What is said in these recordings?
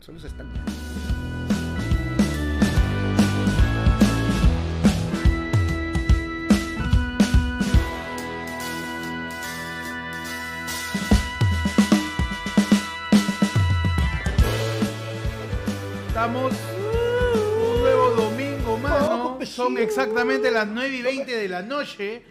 Solo se están. Estamos un nuevo domingo, mano. Oh, Son sí. exactamente las 9 y 20 de la noche.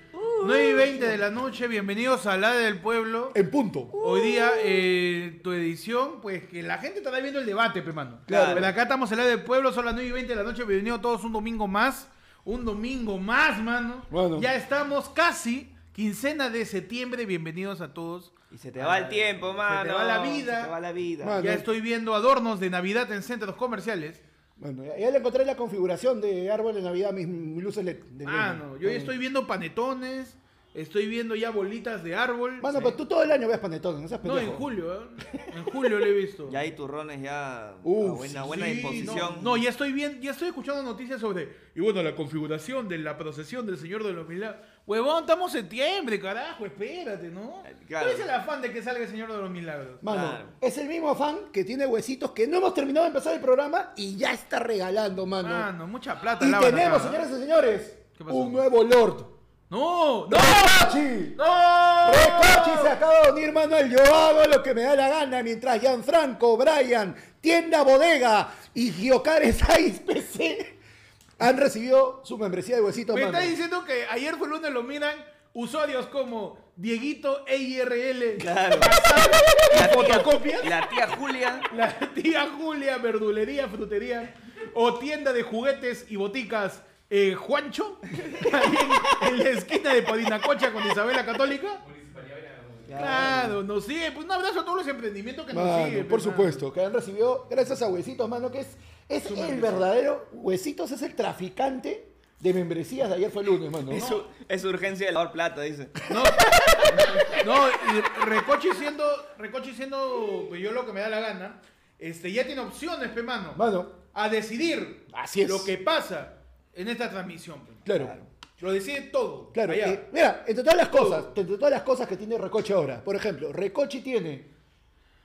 9 y 20 de la noche, bienvenidos a La del Pueblo. En punto. Hoy día eh, tu edición, pues que la gente estará viendo el debate, pe mano. Claro. Pero acá estamos en La del Pueblo, son las 9 y 20 de la noche, bienvenidos todos un domingo más. Un domingo más, mano. Bueno. Ya estamos casi quincena de septiembre, bienvenidos a todos. Y se te va el tiempo, mano. va la vida. Se te va la vida. Mano. Ya estoy viendo adornos de Navidad en centros comerciales. Bueno, ya, ya le encontré la configuración de árbol de Navidad, mis, mis luces LED. de Ah, LED. no, yo ya estoy viendo panetones, estoy viendo ya bolitas de árbol. Mano, pues tú todo el año ves panetones, no seas No, en pendejo. julio, ¿eh? en julio lo he visto. Ya hay turrones ya. Uf, a buena buena Sí, disposición. No, no, ya estoy bien, ya estoy escuchando noticias sobre. Y bueno, la configuración de la procesión del Señor de los Milagros. Huevón, estamos en septiembre, carajo, espérate, ¿no? Eh, Claro. ¿Cuál es el afán de que salga el Señor de los Milagros? Mano, Claro. es el mismo fan que tiene huesitos que no hemos terminado de empezar el programa y ya está regalando, mano. Mano, mucha plata y lavan tenemos, acá, ¿eh? señoras y señores, ¿Qué pasó? un nuevo Lord. ¡No! ¡No! ¡Eh! ¡Recochi! ¡No! ¡Recochi ¡Eh, se acaba de unir, Manuel! Yo hago lo que me da la gana mientras Gianfranco, Brian, Tienda Bodega y Giocares Saiz PC han recibido su membresía de huesitos, Me mano. está diciendo que ayer fue lunes lo miran usuarios como Dieguito EIRL. Claro. y fotocopias. La tía Julia. La tía Julia, verdulería, frutería o tienda de juguetes y boticas eh, Juancho, ahí en, en la esquina de Podinacocha con Isabela Católica. Claro, nos sigue. Pues un abrazo a todos los emprendimientos que nos Mano, siguen. por hermano. supuesto, que han recibido gracias a Huesitos, mano, que es, es el verdadero. Huesitos es el traficante de membresías de ayer fue el lunes, mano. Es, u- es urgencia de lavar plata, dice. No, no y Recochi siendo, Recochi siendo pues yo lo que me da la gana, este, ya tiene opciones, pe mano, Mano. a decidir Así es. lo que pasa en esta transmisión. pe. Claro. Lo decide todo. Claro, allá. eh, mira, entre todas las cosas, entre todas las cosas que tiene Recochi ahora, por ejemplo, Recochi tiene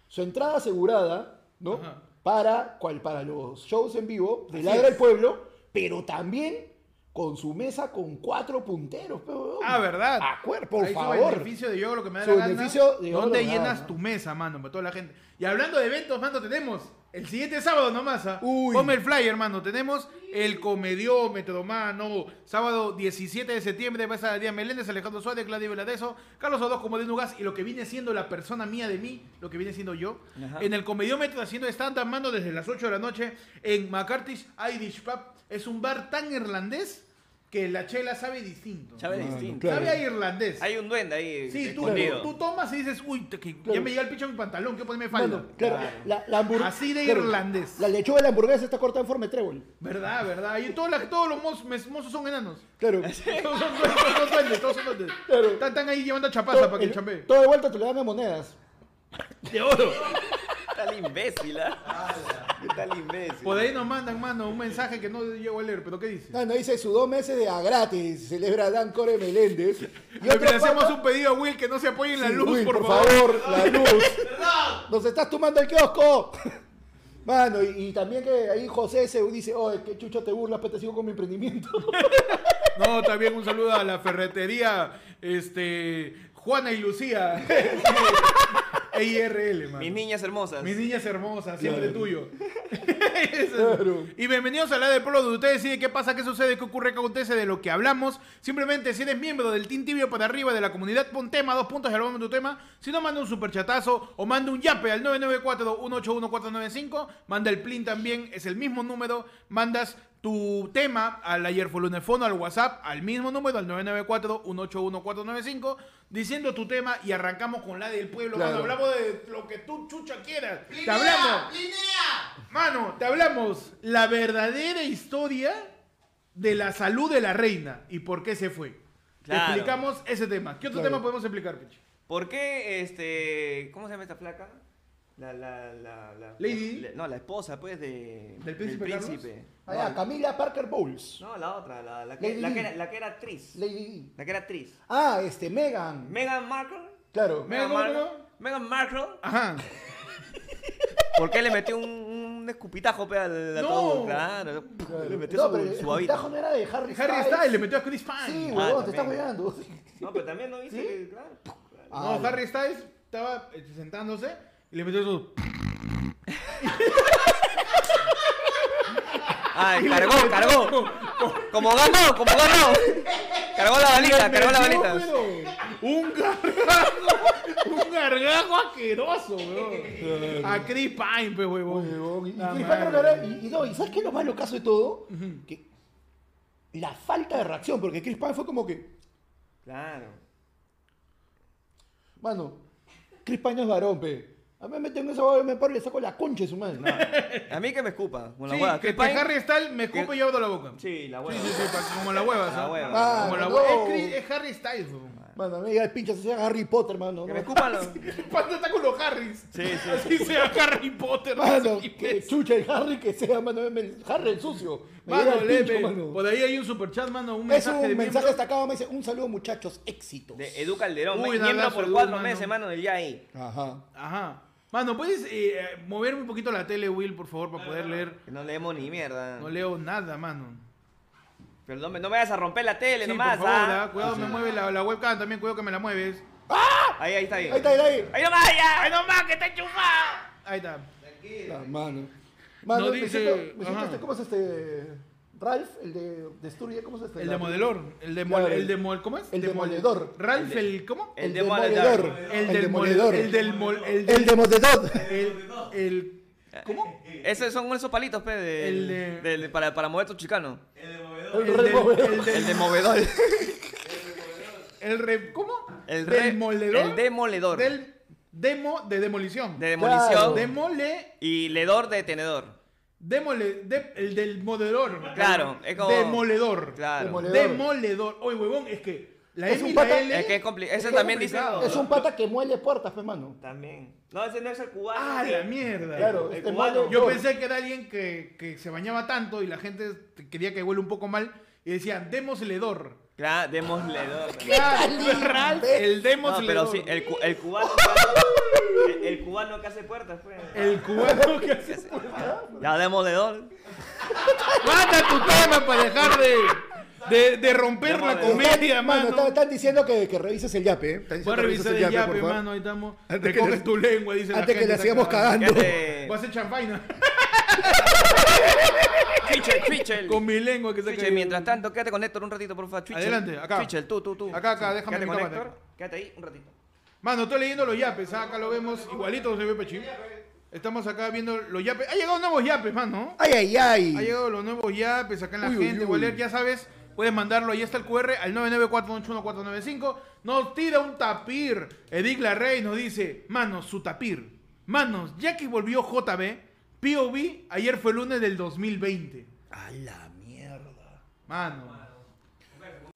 su entrada asegurada, ¿no? Ajá. Para, cual, para los shows en vivo de Así Ladra es. el Pueblo, pero también con su mesa con cuatro punteros, pe, huevón. Ah, ¿verdad? Acuer- por Ahí su favor. beneficio de yo lo que me da Su la gana. beneficio de yo lo ¿Dónde que me da la llenas gana. tu mesa, mano? Para toda la gente. Y hablando de eventos, mano, tenemos el siguiente sábado nomás. ¿ah? Uy. Come el flyer, mano. Tenemos el comediómetro, mano. Sábado 17 de septiembre va a estar Díaz Meléndez, Alejandro Suárez, Claudio Veladeso, Carlos Odoz, como de Nugas y lo que viene siendo la persona mía de mí, lo que viene siendo yo. Ajá. En el comediómetro haciendo stand-up, mano, desde las 8 de la noche en McCarthy's Irish Pub. Es un bar tan irlandés que la chela sabe distinto. Sabe Mano, distinto. claro. Sabe a irlandés. Hay un duende ahí. Sí, tú, escondido. tú tomas y dices, uy, te- que ya Claro. me llega el pinche mi pantalón, ¿qué ponerme falda? Mano, claro, la, hamburguesa. Así de irlandés. La lechuga de la hamburguesa está cortada en forma de trébol. ¿Verdad, verdad? Y todas las- todos los mozos, mes- mozos son enanos. Claro. Todos son duendes, todos son duendes, todos son duendes. Claro. Están, están ahí llevando chapaza para que el- chambee. todo de vuelta te le dan en monedas. De oro. Tal imbécil, ¿ah? ¿Qué tal imbécil? Por ahí nos mandan, mano, un mensaje que no llego a leer, pero ¿qué dice? Ah, No, no, dice sus dos meses de a gratis. Celebra Dan Core Meléndez. Y Le otro hacemos pata- un pedido a Will que no se apoye en la Sí, luz, Will, por, favor. La luz. Nos estás tomando el kiosco. Mano, y, y también que ahí José se dice, oye, qué chucho te burlas, pues te sigo con mi emprendimiento. No, también un saludo a la ferretería, este, Juana y Lucía. E EIRL, mano. Mis niñas hermosas. Mis niñas hermosas, siempre Claro. tuyo. Eso es. Claro. Y bienvenidos a la del pueblo donde ustedes deciden qué pasa, qué sucede, qué ocurre, qué acontece, de lo que hablamos. Simplemente si eres miembro del Team Tibio para arriba de la comunidad, pon tema, dos puntos y hablamos de tu tema. Si no, manda un superchatazo o manda un yape al 994-181-495. Manda el plin también, es el mismo número. Mandas tu tema al ayer fue lunes fono, al WhatsApp, al mismo número, al 994-181-495, diciendo tu tema y arrancamos con la del pueblo. Claro. Cuando hablamos de lo que tú chucha quieras. Te hablamos. Mano, te hablamos la verdadera historia de la salud de la reina y por qué se fue. Claro. Te explicamos ese tema. ¿Qué otro Claro. tema podemos explicar, Pichi? ¿Por qué este. ¿Cómo se llama esta flaca? La, la, la, la- Lady. la- no, la esposa, pues, de. ¿Del príncipe Carlos? Ah, Allá, Camila Parker Bowles. No, la otra, la, la que, Lady la, Di. que era, la que era actriz. Lady Di. La que era actriz. Ah, este, Megan. Meghan Markle. Claro. Meghan, ¿cómo, Markle. cómo? Meghan Markle. Ajá. ¿Por qué le metió un, un un escupitajo pe, al a No. todo, claro. Le metió no, su, pero su el babita. pitajo no era de Harry Styles. Harry Styles le metió a Chris Pine. Sí, Ah, huevón, te está también. cuidando. No, pero también no viste que, claro. claro. Ah, No, Harry Styles estaba eh, sentándose y le metió su. Ay, cargó, cargó. Como ganó, como ganó. Cargó la balita, cargó la Metió, balita. pero Un gargajo, un gargajo asqueroso, weón. A Chris Pine, pues, Huevón, y- weón. y La Chris madre. Pine no era- Y, y no, ¿y sabes qué es lo más locazo de todo? Que la falta de reacción, porque Chris Pine fue como que, Claro. mano, Chris Pine no es varón, pe. A mí me meten en esa hueá, yo me paro y le saco la concha de su madre. A mí que me escupa. Con la Sí, hueá. que, Chris que Pine- Harry Styles me escupe que- y yo abro la boca. Sí, Sí, la sí, hueá. sí, pa- como la hueva, La ¿sí? hueva. Ah, Como la no. hueva. Es, Chris- es Harry Styles, weón. Mano, a mí ya el pinche se llama Harry Potter, mano. Que ¿no? me escupan los. Panda está con los Harrys. Sí, sí. Así sea Harry Potter. Mano, así que es. chucha el Harry que sea, mano. me- me- Harry el sucio. Me llega Mano, el leve. pincho, mano. Por ahí hay un superchat, mano. Un Es mensaje un de mensaje miembro. destacado, me dice, un saludo muchachos, éxitos. De Edu Calderón, Uy, me- miembro Dalazo, por Edu, cuatro mano. meses, mano, del ahí. Ajá. Ajá. Mano, ¿puedes eh, eh, moverme un poquito la tele, Will, por favor, para poder leer? Que No leemos ni mierda. No leo nada, mano. Pero no me, no me vayas a romper la tele Sí, por nomás, favor, ah. ah, cuidado, me mueve la, la webcam también, cuidado que me la mueves. Ahí, ahí está bien. Ahí está, ahí está, ahí. Ahí nomás, ya. Ahí nomás, que está enchufado. Ahí está. La mano. Mano, No me dice- siento- me siento ajá. este- ¿cómo es este? Ralph, el de, de Sturge, ¿cómo es este? El La- demoledor. El Claro. demoledor. El demol, ¿Cómo es? El Demol- demoledor. Ralph, El de- el. ¿Cómo? El El demoledor. demoledor. El el demoledor. demoledor. El del. mol- El El del. demoledor. El. el- ¿Cómo? Esos son esos palitos, pe, de, El de- de- de- para, para mover tu chicano. El El removedor. del. El del. El demovedor. El re, ¿Cómo? El re- demoledor. el demoledor. Del demo de demolición. De demolición. Claro. Demole. Y ledor de tenedor. Demole. de- el del moderador. Claro, es como- Demoledor. Claro. Demoledor. Demoledor. Oye, huevón, es que. La Es M un y la pata- L. Es que es complicado. Ese Es que también es dice. complicado. Es un pata que muele puertas, pues, mano. También. No, ese no es el cubano. ¡Ah, pe. la mierda! Claro, El este cubano. muele- Yo pensé que era alguien que, que se bañaba tanto y la gente quería que huele un poco mal y decían, demosledor. Claro, demosledor. tal, Ralph, imbécil? el No, demosledor. pero sí, el, cu- el cubano. que- el, el cubano que hace puertas, pues. El cubano que hace... Ya, demoledor. ¡Manda tu tema para dejar de, de, de romper la Demoledor. comedia, mano! están, están diciendo que, que revises el yape, ¿eh? Están Voy diciendo a que revises revisar el yape, por favor. mano, ahí estamos. Antes que Recoges le- tu lengua, dice la antes que gente, le está sigamos cagando. cagando. Fíjate. Voy a hacer champaina Twitchel, Twitchel. con mi lengua que se Twitchel, mientras tanto, quédate con Héctor un ratito, por favor. Twitchel. Adelante, acá. Twitchel, tú, tú, tú. Acá, acá, déjame mi Quédate con cámara. Héctor. Quédate ahí un ratito. Mano, estoy leyendo los yapes, ah, acá lo vemos igualito, se ve pechín. Estamos acá viendo los yapes. Ha llegado nuevos yapes, mano. Ay, ay, ay. Ha llegado los nuevos yapes pues, acá en la Uy, uy, gente. uy. Waler, ya sabes, puedes mandarlo. Ahí está el QR al 994181495. Nos tira un tapir. Edic Larrey nos dice, manos, su tapir. Manos, ya que volvió JB, POV, ayer fue el lunes del 2020. A la mierda. Mano.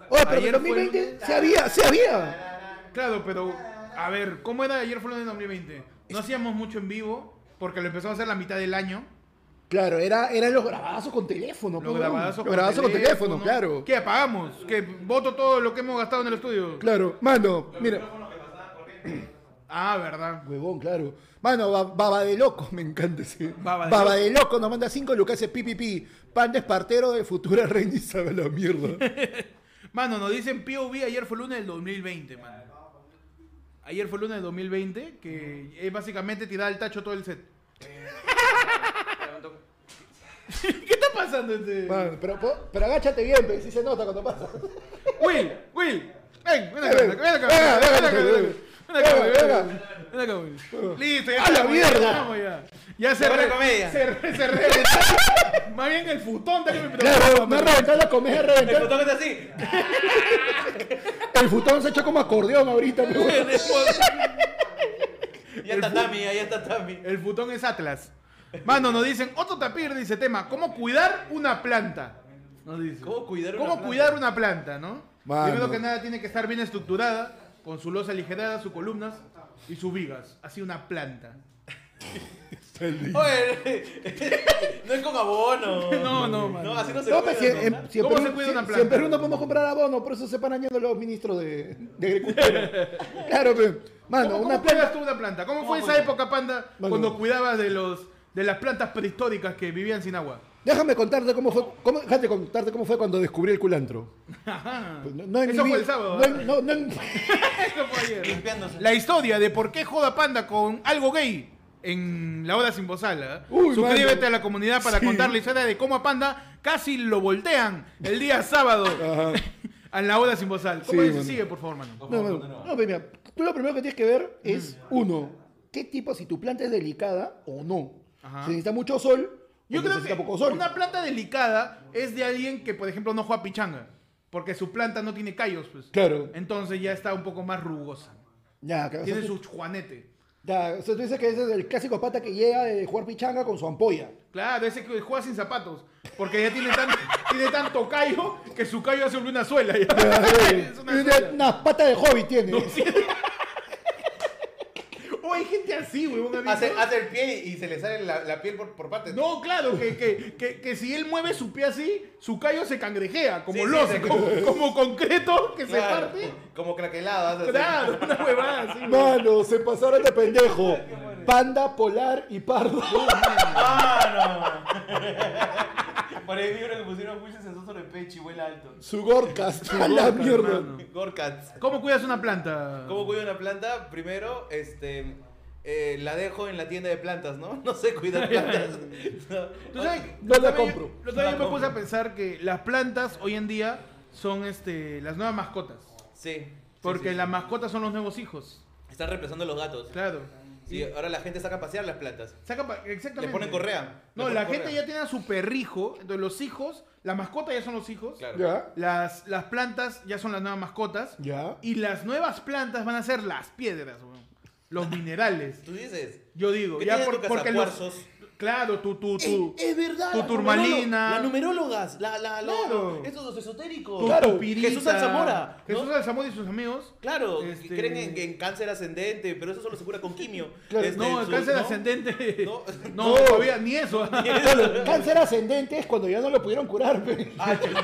Oye, pero Ayer en fue 2020 se había, se había. Claro, pero, a ver, ¿cómo era ayer fue el lunes del 2020? No hacíamos mucho en vivo, porque lo empezamos a hacer la mitad del año. Claro, era, eran los grabazos con teléfono. Los pues, weón. grabadazos Los grabazos con, teléfono, claro. ¿Qué apagamos? ¿Que voto todo lo que hemos gastado en el estudio? Claro, mano, mira. Ah, verdad. Huevón, claro. Mano, ba- baba de loco, me encanta ese. Baba Baba de de, loco nos manda 5 lucas ese pipipi. Pan de espartero de futura reina Isabel la mierda. Mano, nos dicen POV ayer fue lunes del 2020, mano. Ayer fue lunes del 2020, que es básicamente tirar el tacho todo el set. ¿Qué está pasando este? Mano, pero, po- pero agáchate bien, porque si se nota cuando pasa. Will, Will, ven, ven acá, Ven, ven acá, ven acá, venga, venga, ven acá, ven acá, venga, ven acá, ven acá, venga. ven acá, Will. Listo, ya ¡A la estamos, ya mierda! estamos ya. Ya se Buena re- comedia. se re- se re- Más bien el futón, dale mi Claro, me ha reventado la comedia, El reventado. botón está así. El futón se echa como acordeón ahorita, weón. Ahí está Tami, ahí está Tami. El futón es Atlas. Mano, nos dicen, otro tapir dice tema, ¿cómo cuidar una planta? Nos dice. ¿Cómo cuidar una ¿Cómo planta? cuidar una planta, no? Mano. Primero que nada tiene que estar bien estructurada, con su losa aligerada, sus columnas y sus vigas. Así una planta. Oye, no es con abono. No, no, mano. No, así no se No, puede. pues, si, en, si en ¿Cómo Perú, se cuida si- una si planta? en Perú no podemos comprar abono, por eso se van añadiendo los ministros de, de Agricultura. claro, pero, mano, ¿Cómo, una cómo planta. cuidas tú una planta? ¿Cómo, fue esa época, panda, Mano. cuando cuidabas de los de las plantas prehistóricas que vivían sin agua. Déjame contarte cómo fue, cómo- déjate contarte cómo fue cuando descubrí el culantro. Pues, No, no en Eso mi vida- fue el sábado, no en- no- no en- Eso fue ayer. Limpiándose. La historia de por qué joda Panda con algo gay en La Hora Sin Bozala. Uy, Suscríbete mano. a la comunidad para Sí. contar la historia de cómo a Panda casi lo voltean el día sábado Ajá. a La Hora Sin Bozal. ¿Cómo Ah. Sí, dice? mano. Ah, Sigue, por favor, mano. No, no, no, no, mira, tú lo primero que tienes que ver es, uno, qué tipo, si tu planta es delicada o no. Ajá. Si necesita mucho sol, o Yo si creo pues necesita que poco sol. una planta delicada es de alguien que, por ejemplo, no juega pichanga. Porque su planta no tiene callos, pues. Claro. Entonces ya está un poco más rugosa. Ya, que- o sea, Tiene tú- su juanete. ya, o sea, tú dices que ese es el clásico pata que llega de jugar pichanga con su ampolla. Claro, ese que juega sin zapatos. Porque ya tiene, tan- tiene tanto callo que su callo hace una suela. ya. Es una suela. Unas patas de hobby tiene. O hay gente así, weón. amigo. Hace, hace el pie y se le sale la, la piel por, por partes. No, claro, que, que, que, que si él mueve su pie así, su callo se cangrejea, como Sí, sí, losa, se- como, como concreto que Claro, se Como craquelado. hace parte. Claro, así. una huevada así. weón. Mano, se pasaron de pendejo. Panda, polar y pardo. Ah, no. Por ahí vibra que pusieron mucho sensor sobre pecho y vuela alto. Su gorcast. A la gorcast, mierda. mano. Gorkats. ¿Cómo cuidas una planta? ¿Cómo cuido una planta? Primero, este. eh, la dejo en la tienda de plantas, ¿no? No sé cuidar plantas. ¿Tú sabes, No la yo- compro. Yo, otro día No la me puse a compro. pensar que las plantas hoy en día son este, las nuevas mascotas. Sí. sí, Porque sí, las sí. mascotas son los nuevos hijos. Están reemplazando los gatos. Claro. Y ahora la gente saca a pasear las plantas. Saca pa- exactamente. Le ponen correa. No, Le la ponen gente correa. ya tiene a su perrijo, entonces los hijos, las mascotas ya son los hijos. Claro. Ya, Las, las plantas ya son las nuevas mascotas. ya. Y las nuevas plantas van a ser las piedras, weón. Los minerales. Tú dices. Yo digo, ¿Qué ya tiene por- tu casa? porque los. Cuarzos. Claro, tú, tú, tú. Eh, Es, es verdad. tu la turmalina. numerolo- Las numerólogas. La, la, la- Claro. Estos los tú, esotéricos. Claro. tu pirita. Jesús Alzamora, ¿no? Jesús Alzamora y sus amigos. Claro, que Este- creen en, en cáncer ascendente, pero eso solo se cura con quimio. Claro. Este, no, el su- cáncer ¿no? ascendente. No, No. todavía ni eso. Claro, cáncer ascendente es cuando ya no lo pudieron curar. pe. Ah, chulo.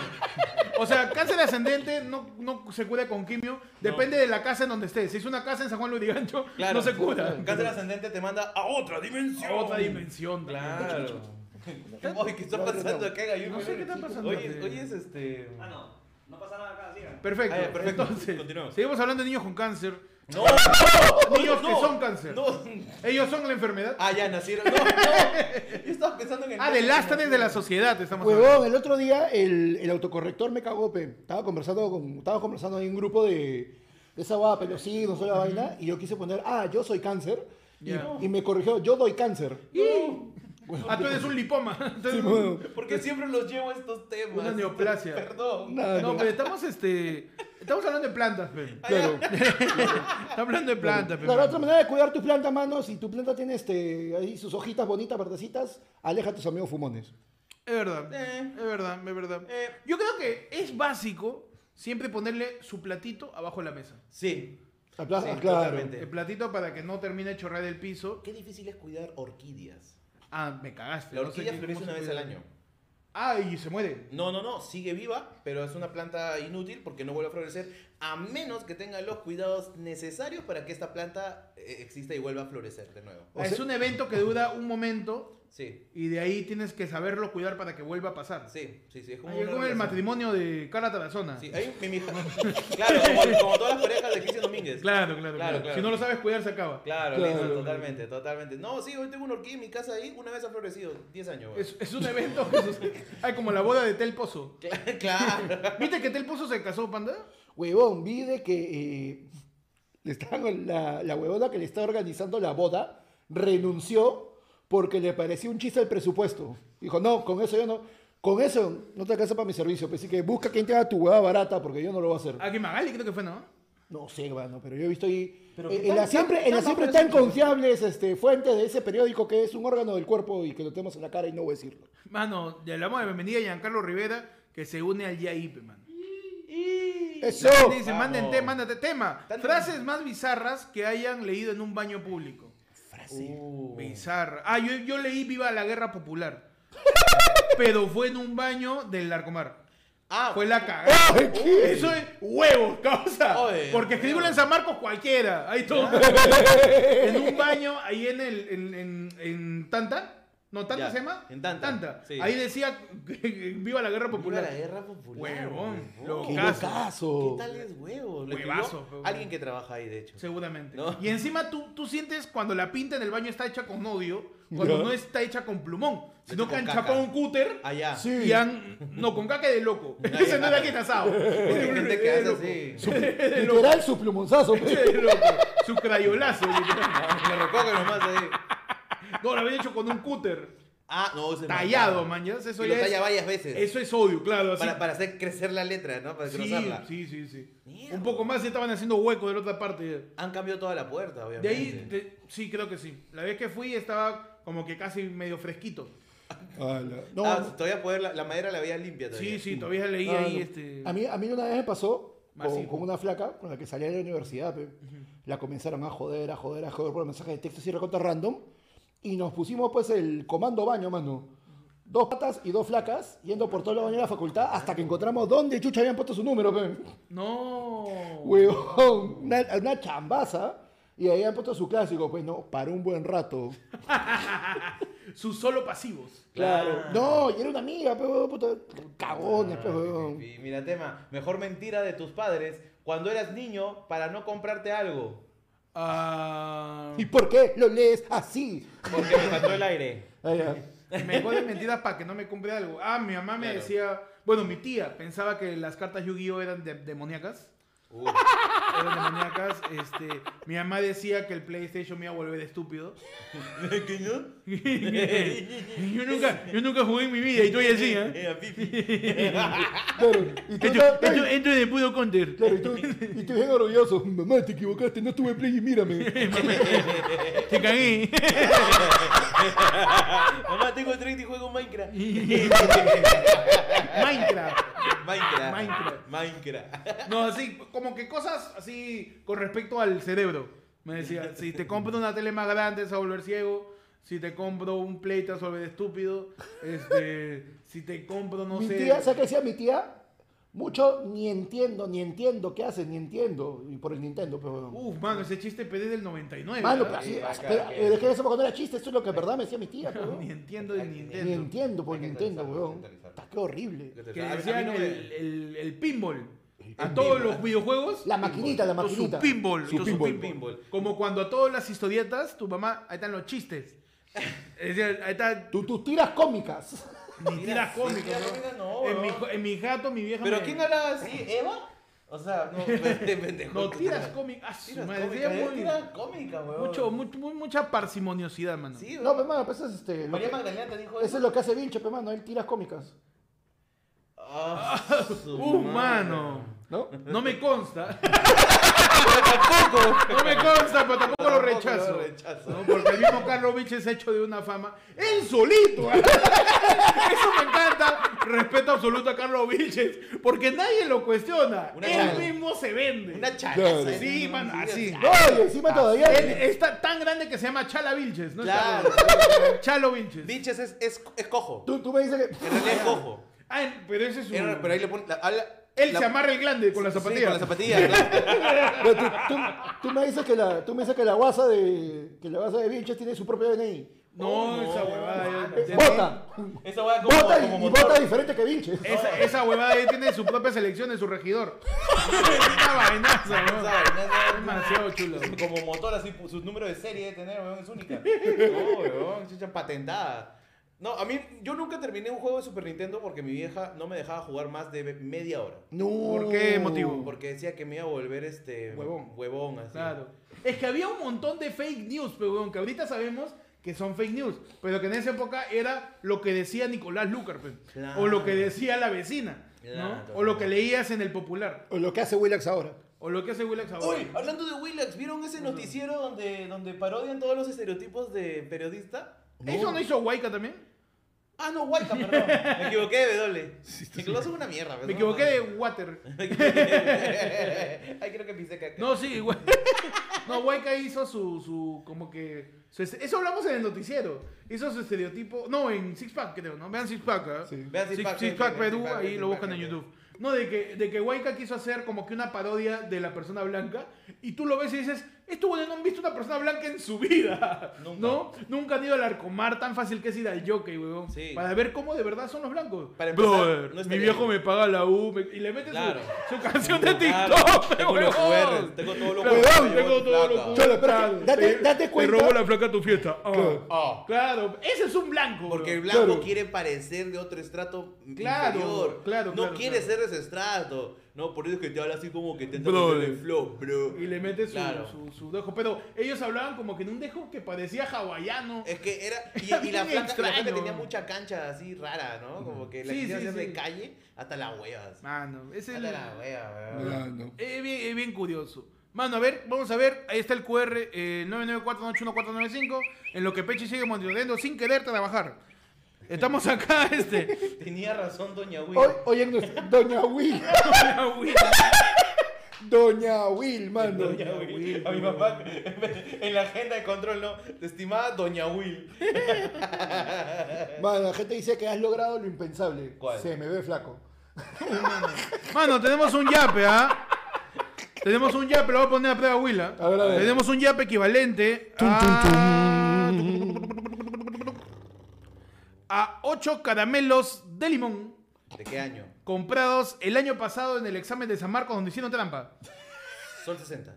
O sea, cáncer ascendente no, no se cura con quimio. Depende de la casa en donde estés. Si es una casa en San Juan Luis de Gancho, Claro. no se cura. Cáncer ascendente te manda a otra dimensión. A Otra dimensión. también. Claro. Oye, ¿qué está pasando acá, Gallo? No sé qué está pasando. Oye, oye, es este. Ah, no. No pasa nada acá, sigan. Perfecto. Ah, ya, perfecto. Entonces, Continuemos. seguimos hablando de niños con cáncer. No, Niños que son cáncer. no. Ellos son la enfermedad. Ah, ya nacieron. No, no. Yo estaba pensando en el. Ah, de lastres de la sociedad estamos hablando. Huevón, el otro día el, el autocorrector me cagó, pe. Estaba conversando con, estaba conversando ahí en un grupo de, de esa guapa, pero sí, no soy la vaina, y yo quise poner, ah, yo soy cáncer, y- Ya. y, me corrigió, yo doy cáncer. Ah, tú eres un lipoma. Entonces, huevón. Porque siempre los llevo a estos temas. Una neoplasia. Perdón. Nada, no, no. pero estamos este. Estamos hablando de plantas, pe. Ah. Claro. Estamos hablando de plantas, pe. Claro, mano. otra manera de cuidar tu planta, mano, si tu planta tiene este, ahí sus hojitas bonitas, verdecitas, aleja a tus amigos fumones. Es verdad. Eh. Es verdad, es verdad. Eh. Yo creo que es básico siempre ponerle su platito abajo de la mesa. Sí. Apla- Sí, ah, claro. totalmente. El platito para que no termine de chorrear el piso. Qué difícil es cuidar orquídeas. Ah, me cagaste. La no sé orquídea qué- florece cómo una se vez al cuida. año. Ah, y se muere. No, no, no, sigue viva, pero es una planta inútil porque no vuelve a florecer a menos que tenga los cuidados necesarios para que esta planta eh, exista y vuelva a florecer de nuevo. O Ah, sea- es un evento que dura un momento Sí, y de ahí tienes que saberlo cuidar para que vuelva a pasar. sí, sí, sí. Es como, Ah, es una como el relación. matrimonio de Carla Tarazona. Sí, ahí mi mija. Claro, como, como todas las parejas de Cristian Domínguez. Claro, claro, claro, Claro, claro. Si no lo sabes cuidar, se acaba. Claro, Claro. listo, totalmente, totalmente. No, sí, hoy tengo una orquídea en mi casa ahí, una vez ha florecido, 10 años. güey. Es, es un evento que sucede. Ay, como la boda de Tel Pozo. claro. ¿Viste que Tel Pozo se casó, panda? Huevón, vi de que eh, le estaban- la, la huevona que le está organizando la boda renunció porque le pareció un chiste el presupuesto. Dijo, no, con eso yo no, con eso no te alcanza para mi servicio. Pues, Así que busca quien te haga tu huevada barata porque yo no lo voy a hacer. Aquí Magali creo que fue, ¿no? No sé, mano, pero yo he visto ahí... Pero eh, en ¿qué la tan- siempre, tan- en la tan siempre bajo es tan el presupuesto? confiables este, fuente de ese periódico que es un órgano del cuerpo y que lo tenemos en la cara y no voy a decirlo. Mano, le damos la bienvenida a Giancarlo Rivera que se une al YIP, mano. Eso. La gente dice, Vamos. manden tema, mándate tema. Tanto- Frases más bizarras que hayan leído en un baño público. Uh. Bizarra. Ah, yo, yo leí Viva la Guerra Popular. pero fue en un baño del Larcomar. Ah, Fue la cagada. Ay, ¿qué? Eso es huevos, causa. Oye, Porque escribirlo en San Marcos cualquiera. Ahí todo. en un baño, ahí en el. En, en, en Tanta. No, ¿Tanta Ya, se llama? en Tanta, sí. Ahí decía Viva la Guerra Popular. Popular. la guerra popular. Huevón, ¡Qué Caso. locazo! Oh, ¿Qué tal es huevo? Lo Huevazo, escribió huevón. Alguien que trabaja ahí, de hecho. Seguramente. No. Y encima tú, tú sientes cuando la pinta en el baño está hecha con odio, cuando Ya. no está hecha con plumón, sino hecha que con han caca. Ah, chapado un cúter Allá. Sí. y han. No, con caca de loco. Ese no era quitazado. Hay gente que hace así. Literal pues. su plumonzazo. pe. Su crayolazo. literal. Ah, Me recoge nomás ahí. No, lo habían hecho con un cúter Ah, no, se tallado, mañas. Eso Y ya lo talla es- varias veces. Eso es odio, claro. Así. para, para hacer crecer la letra, ¿no? Para sí, desglosarla. sí, sí, sí. Mierda. Un poco más y estaban haciendo hueco de la otra parte. Han cambiado toda la De puerta, obviamente. ahí, de- sí, creo que sí. La vez que fui estaba como que casi medio fresquito. Ala. No, Ah, todavía poder, la, la madera la había limpia todavía. Sí, sí, todavía leí Ah, ahí no. este... a, mí, a mí una vez me pasó con, Masivo. con una flaca con la que salía de la universidad. pe. La comenzaron a joder, a joder, a joder por mensajes de texto así recontra random. Y nos pusimos pues el comando baño, mano. Dos patas y dos flacas yendo por todos los baños de la facultad hasta que encontramos dónde chucha habían puesto su número. pe. No. Huevón, una, una chambaza. Y ahí han puesto su clásico, pues no, para un buen rato. Sus solo pasivos. Claro. No, y era una amiga, pero puta, cagones, pe, huevón. Y mira, tema, mejor mentira de tus padres cuando eras niño para no comprarte algo. Ah, ¿Y por qué lo lees así? Porque me faltó el aire. Ah, ya. me jode mentiras para que no me compre algo. Ah, mi mamá me Claro. decía... Bueno, mi tía pensaba que las cartas Yu-Gi-Oh eran de- demoníacas. Uh, Eran demoníacas. Este, mi mamá decía que el PlayStation me iba a volver estúpido. ¿Qué no? yo, nunca, yo nunca jugué en mi vida y tú ya así, ¿eh? Era pipi. Claro, y tú, Esto, no, esto, no, esto es de puro counter. claro, y tú, y tú bien orgulloso. Mamá, te equivocaste, no estuve en play y mírame. Te cagué. Mamá, tengo 30 y juego Minecraft. Minecraft. Minecraft. Minecraft. Minecraft. No, así, como que cosas así con respecto al cerebro. Me decía, si te compro una tele más grande, vas a volver ciego. Si te compro un play, te vas a volver estúpido. Este, si te compro, no mi sé. tía, ¿sabes qué decía mi tía? Mucho ni entiendo, ni entiendo qué haces, ni entiendo. Y por el Nintendo, pero. Uf, mano, ese chiste pedí del 99. Mano, pero ¿verdad? así, acá, así, acá, pero, acá. eh, es que eso cuando era chiste, eso es lo que en verdad me decía mi tía, pues, pero. Ni entiendo de Ni Nintendo. entiendo por Hay que Nintendo, actualizarlo, weón. hay que actualizarlo. Está qué horrible. Que A- a mí decían no me- el, el, el pinball. A todos los videojuegos. La maquinita, la Entonces, maquinita. Su pinball, Su entonces, pinball. Como cuando a todas las historietas, tu mamá, ahí están los chistes. Es decir, ahí están Tú, tus tiras cómicas. ni tiras cómicas, tiras ¿no? cómicas no, en, bro. mi, en mi gato, mi vieja. ¿Pero me- quién hablaba así? ¿Eva? O sea, no, pues, pendejo. No, tiras cómicas. Ah, su Tiras madre, cómica, decía eh, muy- tira cómica, weón. mucho, mucho, muy- mucha parsimoniosidad, mano. Sí, No, weón. pero mano, pues eso es este. lo María que- Magdalena te dijo eso es lo que hace Vilche, pero mano, él tiras cómicas. Ah, su Uh, madre. mano. ¿No? No me consta. No me consta, pero tampoco lo Tampoco lo rechazo. rechazo. No, porque el mismo Carlos Vich es hecho de una fama. ¡Él solito! ¿eh? Eso me encanta. Respeto absoluto a Carlos Vilches. Porque nadie lo cuestiona. Una él charla. mismo se vende. Una Claro. chalaza. Sí, mano, así. No, y Ah, encima todavía. Él está tan grande que se llama Chala Vilches. ¿no? Claro. Chalo Vilches. Biches es, es, es cojo. Tú, tú me dices que. En realidad es cojo. Ah, pero ese es su... En- pero ahí le pone. la- habla- Él la- se amarra el glande con la sí, zapatilla. con la zapatilla, claro. Pero tú, tú, tú me dices que la, tú me dices que la guasa de que la guasa de Vilches tiene su propio DNI. No, Oh, no, esa huevada. ya- Bota, Esa weá como. bota como Eh, y, y motor. Eh, bota diferente que Vilches. Esa, esa huevada ahí tiene su propia selección de su regidor. Una vainaza, Esa ¿no? vaina, esa vaina. Demasiado chulo. Como motor, así, pu- su número de serie de tener, weón, es única. No, weón, chicha patentada. No, a mí, yo nunca terminé un juego de Super Nintendo porque mi vieja no me dejaba jugar más de media hora. No. ¿Por qué motivo? Porque decía que me iba a volver este. Huevón. Huevón, así. Claro. Es que había un montón de fake news, pero que ahorita sabemos que son fake news, pero que en esa época era lo que decía Nicolás Lucar, pe, Claro. o lo que decía la vecina, ¿no? Claro. o lo que leías en el popular, O lo que hace Willax ahora. o lo que hace Willax ahora. Uy, hablando de Willax, ¿vieron ese noticiero donde, donde parodian todos los estereotipos de periodista? ¿Eso no hizo Waika también? Ah, no, Waika, perdón. Me equivoqué de W. Nicolás es una mierda, Me equivoqué de Water. de. Ay, creo que pisé caca. No, sí, Wa- No, Waika hizo su, su como que Su est- Eso hablamos en el noticiero. Hizo su estereotipo. No, en Six Pack, creo, ¿no? Vean Six Pack. ¿eh? Sí. Vean Six Six, Pack, Six sí, Pack vean Six Perú, Pack, ahí vean lo Six buscan Pack, eh. en vean. YouTube. No, de que, de que Huayca quiso hacer como que una parodia de la persona blanca y tú lo ves y dices, estos güeyes no han visto una persona blanca en su vida. Nunca. ¿No? Nunca han ido al arcomar tan fácil que es ir al jockey, weón. Sí. Para ver cómo de verdad son los blancos. Para empezar, Brother, no está mi viejo bien. me paga la U me- y le mete su- Claro. su, canción de Claro, TikTok. tengo los weón. QR, tengo todos los Claro, QR, yo tengo voy todos placa. los Cholo, pero QR. date- date cuenta. Te robo la placa a tu fiesta. Ah. Claro. Ah. Claro, ese es un blanco. Porque el bro. blanco Claro. quiere parecer de otro estrato Claro, inferior. claro, no claro, quiere claro. ser de ese estrato. No, por eso es que te habla así como que te entra Brother. el flow, bro. Y le mete su, Claro. su, su dejo. Pero ellos hablaban como que en un dejo que parecía hawaiano. Es que era. Y, Bien y la flaca, la flaca extraño. tenía mucha cancha así rara, ¿no? Como que la Sí, quisieron sí, hacer sí. de calle hasta las huevas. Mano, es el. Hasta la hueva, Ah, weón. no. Es bien, es bien curioso. Mano, a ver, vamos a ver. Ahí está el QR eh, 994-981-495. En lo que Pechi sigue monitoreando sin querer trabajar. Estamos acá, este. Tenía razón, Doña Will. Hoy, hoy en nuestro- Doña Will. Doña Will, mano. Doña Will. A mi papá, en la agenda de control, no. Estimada Doña Will. Mano, la gente dice que has logrado lo impensable. ¿Cuál? Se me ve flaco. Mano, tenemos un yape, ¿ah? Tenemos un yape, lo voy a poner a prueba, Willa. A ver, a ver. Tenemos un yape equivalente a... a ocho caramelos de limón ¿De qué año? comprados el año pasado en el examen de San Marcos donde hicieron trampa. Sol 60.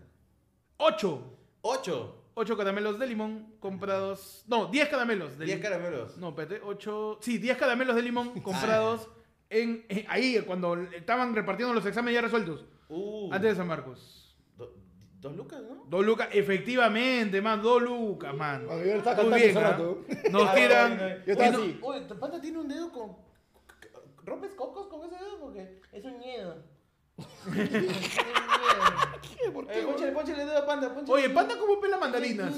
Ocho. 8. Ocho caramelos de limón comprados... No, 10 caramelos. De 10 lim- caramelos. No, espérate, 8. Sí, 10 caramelos de limón comprados en, eh, ahí, cuando estaban repartiendo los exámenes ya resueltos. Uh, Antes de San Marcos. do- dos lucas, ¿no? Dos lucas, efectivamente, man, dos lucas, man. Cuando yo le estaba Muy cantando bien, hace ¿ah? rato. Nos Ah, tiran. bueno, bueno. Yo estaba y no- así. Oye, tu pata tiene un dedo con. ¿Rompes cocos con ese dedo? Porque es un miedo. ¿Por qué, Oye, Eh, ponchale, weón? ponchale el dedo a Panda. ponchale. Oye, Panda, ¿cómo pela mandarinas?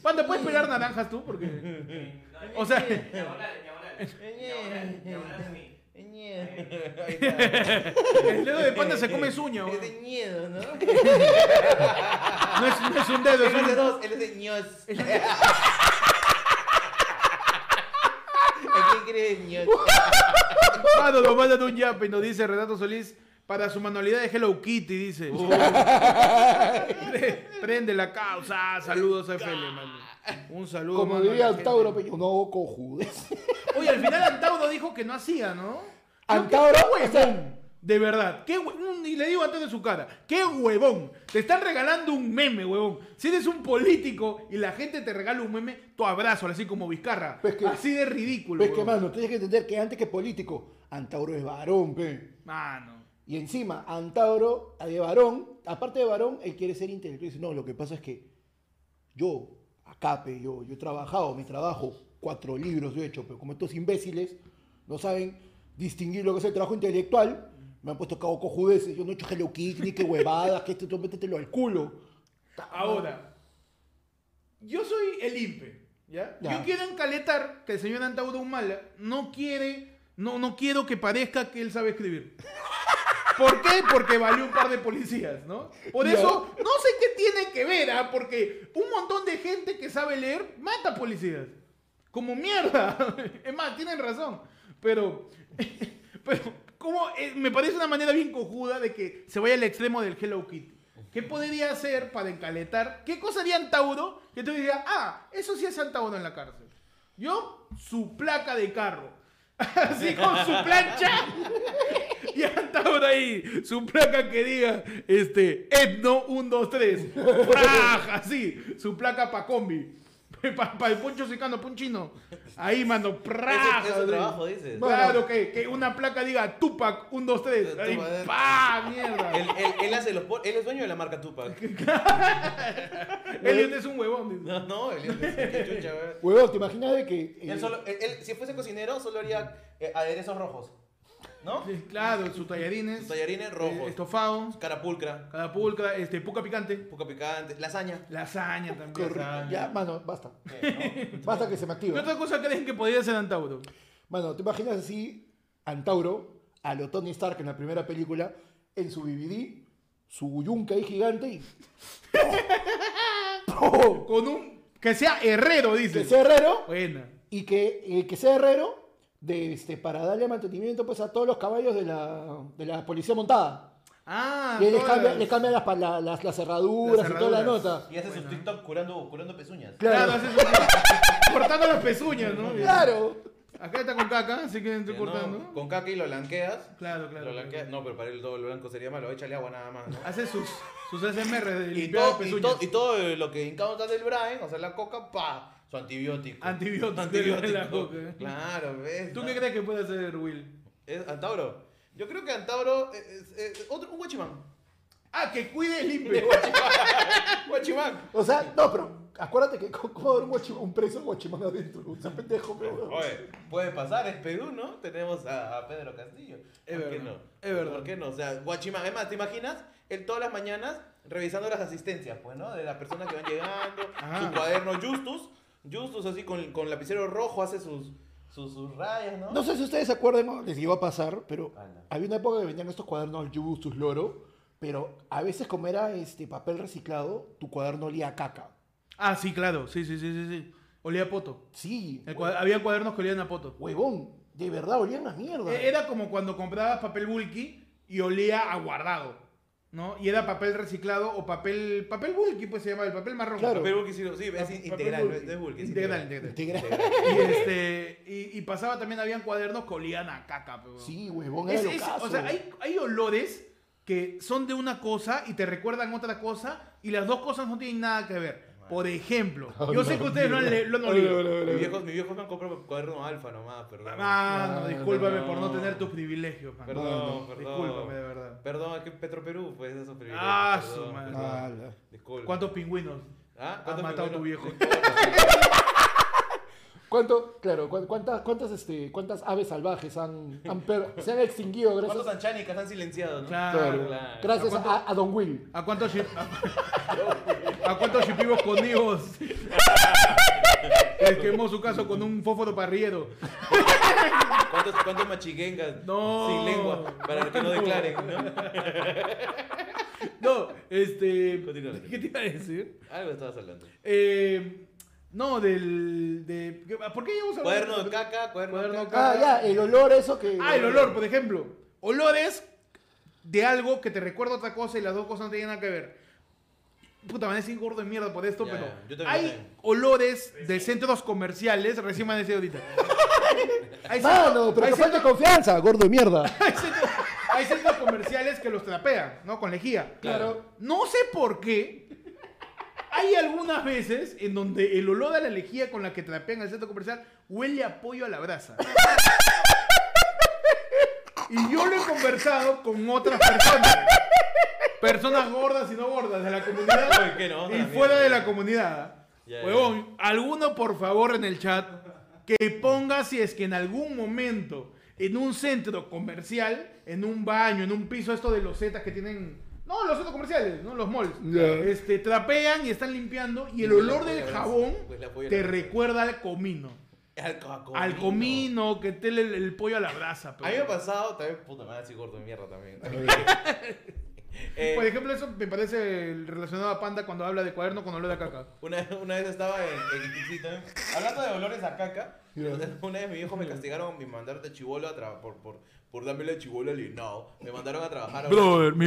Panda, ¿puedes pelar naranjas tú? Porque. O sea, Diagonal, diagonal. Diagonal, diagonal a mí. Ahí está. el dedo de panda se come suño. Es de No miedo, ¿no? es, no es un dedo, es Él es de un. dos, él es de ños. ¿A quién crees ños? Mano, nos mandan un yape y nos dice Renato Solís para su manualidad de Hello Kitty, dice. Uh. Pre- Prende la causa. Ah, Saludos a FL, mano. Un saludo. Como mano, a la diría gente. Antauro Peña, no cojudes. Oye, al final Antauro dijo que no hacía, ¿no? Antauro, o sea, De verdad, qué hue- un- y le digo antes de su cara, qué huevón. Te están regalando un meme, huevón. Si eres un político y la gente te regala un meme, tu abrazo, así como Vizcarra. Pues que- así de ridículo. ves que, huevón. mano, tienes que entender que antes que político, Antauro es varón, pe. Mano. Y encima, Antauro, de varón, aparte de varón, él quiere ser intelectual. Y Dice, no, lo que pasa es que yo, acape, yo, yo he trabajado, mi trabajo, cuatro libros yo he hecho, pero como estos imbéciles no saben distinguir lo que es el trabajo intelectual, me han puesto cabo cojudeces. Yo no he hecho Hello Kitty, ni que huevadas, que esto, tú métetelo al culo. Ah, Ahora, yo soy el INPE, ¿ya? Ya. Yo quiero encaletar que el señor Antauro Humala no quiere, no, no quiero que parezca que él sabe escribir. ¿Por qué? Porque valió un par de policías, ¿no? Por Ya. eso, no sé qué tiene que ver, ¿ah? Porque un montón de gente que sabe leer mata policías. Como mierda. Es más, tienen razón. Pero, pero, ¿cómo? Eh, me parece una manera bien cojuda de que se vaya al extremo del Hello Kitty. ¿Qué podría hacer para encaletar? ¿Qué cosa haría Antauro que tú dirías, ah, eso sí es Antauro en la cárcel? Yo, su placa de carro. Así con su plancha. Y Antauro ahí, su placa que diga, este, etno 1, 2, 3. ¡Fraj! Así, su placa pa' combi. Para el poncho secano, punchino. Ahí, mano, ¡praj! Ese- ese trabajo, dices. Claro, que, que una placa diga Tupac 1, 2, 3. Ahí, Tupac. ¡pa! ¡Mierda! Él, él, él hace los po- él es dueño de la marca Tupac. Elliot es un huevón. dice. No, no, él es qué chucha, weón. Huevón, ¿te imaginas de que... eh, Él solo, él, él, si fuese cocinero, solo haría eh, aderezos rojos. ¿No? Sí, Claro, sus tallarines. Sus tallarines rojos. eh, Estofados. Carapulcra, Carapulcra, este, puca picante. poca picante, lasaña. Lasaña también. corre- Ya, mano, basta. Basta que se me ¿Qué activa. otra cosa creen que podría hacer Antauro? Mano, ¿te imaginas así Antauro, a lo Tony Stark en la primera película, en su DVD, su yunca ahí gigante y... ¡Po! Con un Que sea Herrero, dice. Que sea herrero Buena. y que, eh, que sea herrero de, este, para darle mantenimiento pues, a todos los caballos de la, de la policía montada. Ah, Y él les todas. cambia, les cambia las, pa- la- las, las cerraduras Las y toda la cerraduras. nota. Y hace sus TikTok curando, curando pezuñas. Claro, Claro. hace su- Cortando las pezuñas, ¿no? Claro. Acá está con caca, así que estoy Ya, ¿no? cortando. Con caca y lo blanqueas. Claro, claro. Lo blanqueas. No, pero para el doble blanco sería malo. Échale agua nada más. ¿no? Hace sus, sus SMR de Y limpiar todo, las y, pezuñas. todo- y todo lo que incautas del Brian, o sea, la coca, pa, su antibiótico. Antibiótico, Antibiótico. la coca. ¿eh? Claro, ¿ves? ¿Tú No. qué crees que puede hacer Will? Es Antauro. Yo creo que Antauro es, es- es otro, un guachimán. Ah, que cuide el limpio. Guachimán. O sea, no, pero acuérdate que co- ¿cómo habrá un, guachimán- un preso guachimán adentro? O sea, pendejo, pero, weón. Oye, puede pasar, es Perú, ¿no? Tenemos a, a Pedro Castillo. Es ¿Por qué verdad, no? es verdad. ¿Por qué no? O sea, guachimán. Es más, ¿te imaginas? Él todas las mañanas revisando las asistencias, pues, ¿no? De las personas que van llegando, Ajá. su cuaderno Justus. Justus así con, con lapicero rojo hace sus, sus, sus rayas, ¿no? No sé si ustedes se acuerdan, ¿no? les iba a pasar, pero Ah, no. había una época que vendían estos cuadernos Justus Loro, pero a veces como era este papel reciclado, tu cuaderno olía a caca. Ah, sí, claro. Sí, sí, sí, sí. sí. Olía a poto. Sí, El cua- Había cuadernos que olían a poto. huevón, de verdad olían a mierda. Eh, Era como cuando comprabas papel bulky y olía a guardado, ¿no? Y era papel reciclado o papel papel bulky, pues se llama el papel marrón. Claro. Papel Bulky sí, sí, es Papel integral, no es- no es Bulky. es Integral, integral. Integral. Y, este, y, y pasaba también, habían cuadernos que olían a caca. Pero... Sí, huevón, era eh. Es- lo es- o sea, hay, hay olores que son de una cosa y te recuerdan otra cosa y las dos cosas no tienen nada que ver. Por ejemplo, Oh, yo sé que ustedes lo han, le- lo han olido. Mi viejo, mi viejo me han comprado cuaderno alfa nomás, perdón. Ah, no, No, discúlpame no. por no tener tus privilegios, man. Perdón, perdón. Discúlpame, de verdad. Perdón, es que Petro Perú, pues eso es privilegio. Ah, perdón, su madre. perdón. Ah, la- Disculpa. ¿Cuántos pingüinos? ¿Ah? ha matado tu viejo? ¿Cuánto, claro, cu- cuántas, cuántas, este, cuántas aves salvajes han, han per- se han extinguido gracias, ¿Cuántos anchanicas han silenciado, no? Claro. claro, claro. gracias ¿A cuánto- a, a Don Will? ¿A cuántos shi- a, a cuántos shipibos conmigo les quemó su caso con un fósforo parriero? ¿Cuántos, cuántos machiguengas No. sin lengua para que no declaren, no? No, este. Continúa. ¿Qué te iba a decir? Algo estabas hablando. Eh, no, del. De, ¿Por qué llevamos a hablar Cuaderno de caca, cuaderno de Cuaderno de caca. Ah, ya, el olor eso que... Ah, el olor, por ejemplo. Olores de algo que te recuerda a otra cosa y las dos cosas no tienen nada que ver. Puta, me decir gordo de mierda por esto, Ya, pero ya, yo también, hay yo también. olores de centros comerciales, recién me han decidido ahorita. Hay Mano, pero hay que falta confianza, gordo de mierda. hay centros, hay centros comerciales que los trapean, ¿no? Con lejía. Claro. No sé por qué. Hay algunas veces en donde el olor a la lejía con la que trapean el centro comercial huele a pollo a la brasa. Y yo lo he conversado con otras personas. Personas gordas y no gordas de la comunidad Oye, ¿qué no? y También. fuera de la comunidad. Ya, ya. Huevón, alguno por favor en el chat que ponga si es que en algún momento en un centro comercial, en un baño, en un piso, esto de los Zetas que tienen. No, los centros comerciales, no los malls. Ya. Este, trapean y están limpiando y el Huele a olor pollo del a brasa, jabón huele a pollo a te brasa. recuerda al comino. Al co- Al comino, que te el, el pollo a la brasa. A mí me ha pero- pasado, también, puta, me van a decir gordo de mierda también. Eh, Por ejemplo, eso me parece relacionado a Panda cuando habla de cuaderno con olor a caca. Una, una vez estaba en, en Iquiquito, ¿eh? hablando de olores a caca, Ya. una vez mi viejo me castigaron, me mandaron de chivolo a trabajar, por, por, por darme la chivolo alienado, me mandaron a trabajar a... la U, Me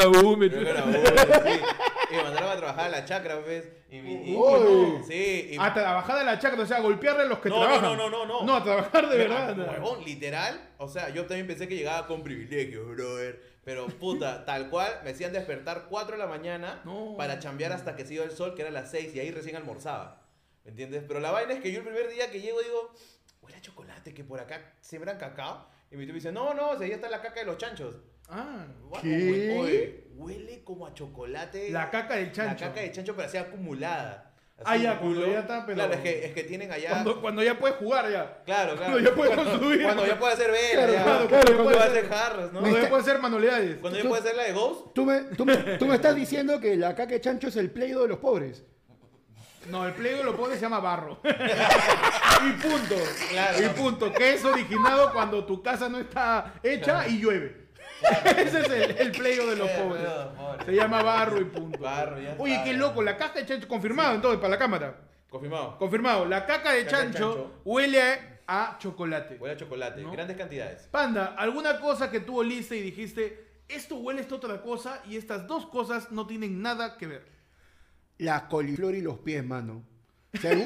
a Uber, sí. Y me mandaron a trabajar a la chacra, ¿ves? Y, mi- y- Uy. sí, y- A trabajar a la chacra, o sea, a golpearle a los que No, no, trabajan. no, no, no, no. a trabajar de me- verdad. huevón, literal, o sea, yo también pensé que llegaba con privilegios, brother, pero puta, tal cual, me hacían despertar 4 de la mañana No. para chambear hasta que se iba el sol, que era las 6, y ahí recién almorzaba. ¿Me entiendes? Pero la vaina es que yo el primer día que llego digo, huele a chocolate, que por acá sembran cacao. Y mi tío me dice, no, no, o sea, ahí está la caca de los chanchos. Ah, Guapo, ¿Qué? Oye, huele como a chocolate. la caca del La chancho. caca de chancho, pero así acumulada. Así Ah, ya, un cuando culo. ya está, pero- Claro, es que, es que tienen allá. Cuando, cuando ya puedes jugar ya. Claro, claro. Cuando ya puedes consumir. Cuando ya puede hacer vela, Claro, ya. claro, cuando claro, ya puede cuando- hacer jarras, ¿no? Cuando ya puedes hacer manualidades. Cuando ya puede hacer la de Ghost. Tú me, tú, me, tú me estás diciendo que la caca de chancho es el pleido de los pobres. No, el pliego lo pone se llama barro. y punto. Claro. Y punto. Que es originado cuando tu casa no está hecha y llueve. Ese es el, el playo de los pobres. Se llama barro y punto. Barro, ya Oye, está. qué loco, la caca de chancho. Confirmado entonces para la cámara. Confirmado. Confirmado, la caca de Caca de chancho, chancho. huele a chocolate. Huele a chocolate, No. grandes cantidades. Panda, ¿alguna cosa que tú oliste y dijiste, esto huele a esta otra cosa y estas dos cosas no tienen nada que ver? La coliflor y los pies, mano. Si algún,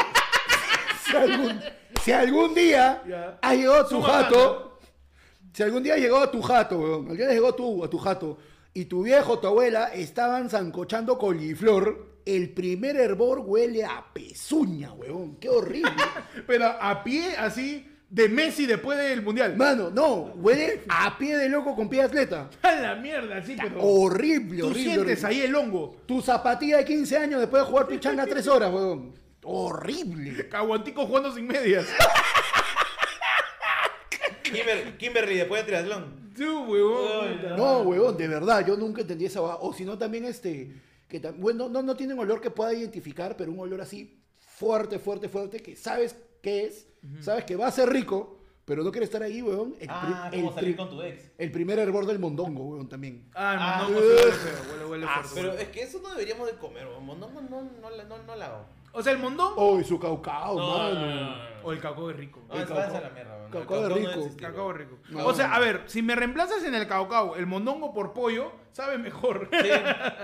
si algún- si algún día Ya. ha llegado a tu Suma jato, si algún día llegó a tu jato, weón, algún día llegó tú a tu jato, y tu viejo o tu abuela estaban zancochando coliflor, el primer hervor huele a pezuña, weón. Qué horrible. Pero a pie, así, de Messi después del Mundial. Mano, no, huele a pie de loco con pie de atleta. A la mierda, sí, pero... Horrible, Tú horrible. sientes horrible. ahí el hongo. Tu zapatilla de 15 años después de jugar pichanga 3 horas, weón. Horrible. Caguantico jugando sin medias. Kimber- Kimberly, después del triatlón. Tú, huevón. puta. No, huevón, de verdad, yo nunca entendí esa hueá. O si no, también este, que tam- bueno, no, no tienen olor que pueda identificar, pero un olor así fuerte, fuerte, fuerte, que sabes qué es, sabes que va a ser rico, pero no quieres estar ahí, huevón. El, Ah, pri- como el salir pri- con tu ex. el primer hervor del mondongo, huevón, también. Ay, Ah, no, huele feo, huele, huele Ah, fuerte, pero huele. es que eso no deberíamos de comer, vamos. No, no, no, no, la- no, no la hago. O sea, el mondón Oh, y su caucao, mano. Oh. o el cacao es rico. No, es cacao. a la mierda, mano. El Cacao de no rico. existe, Cacao weón. rico. No. O sea, a ver, si me reemplazas en el cacao el mondongo por pollo, sabe mejor. Sí,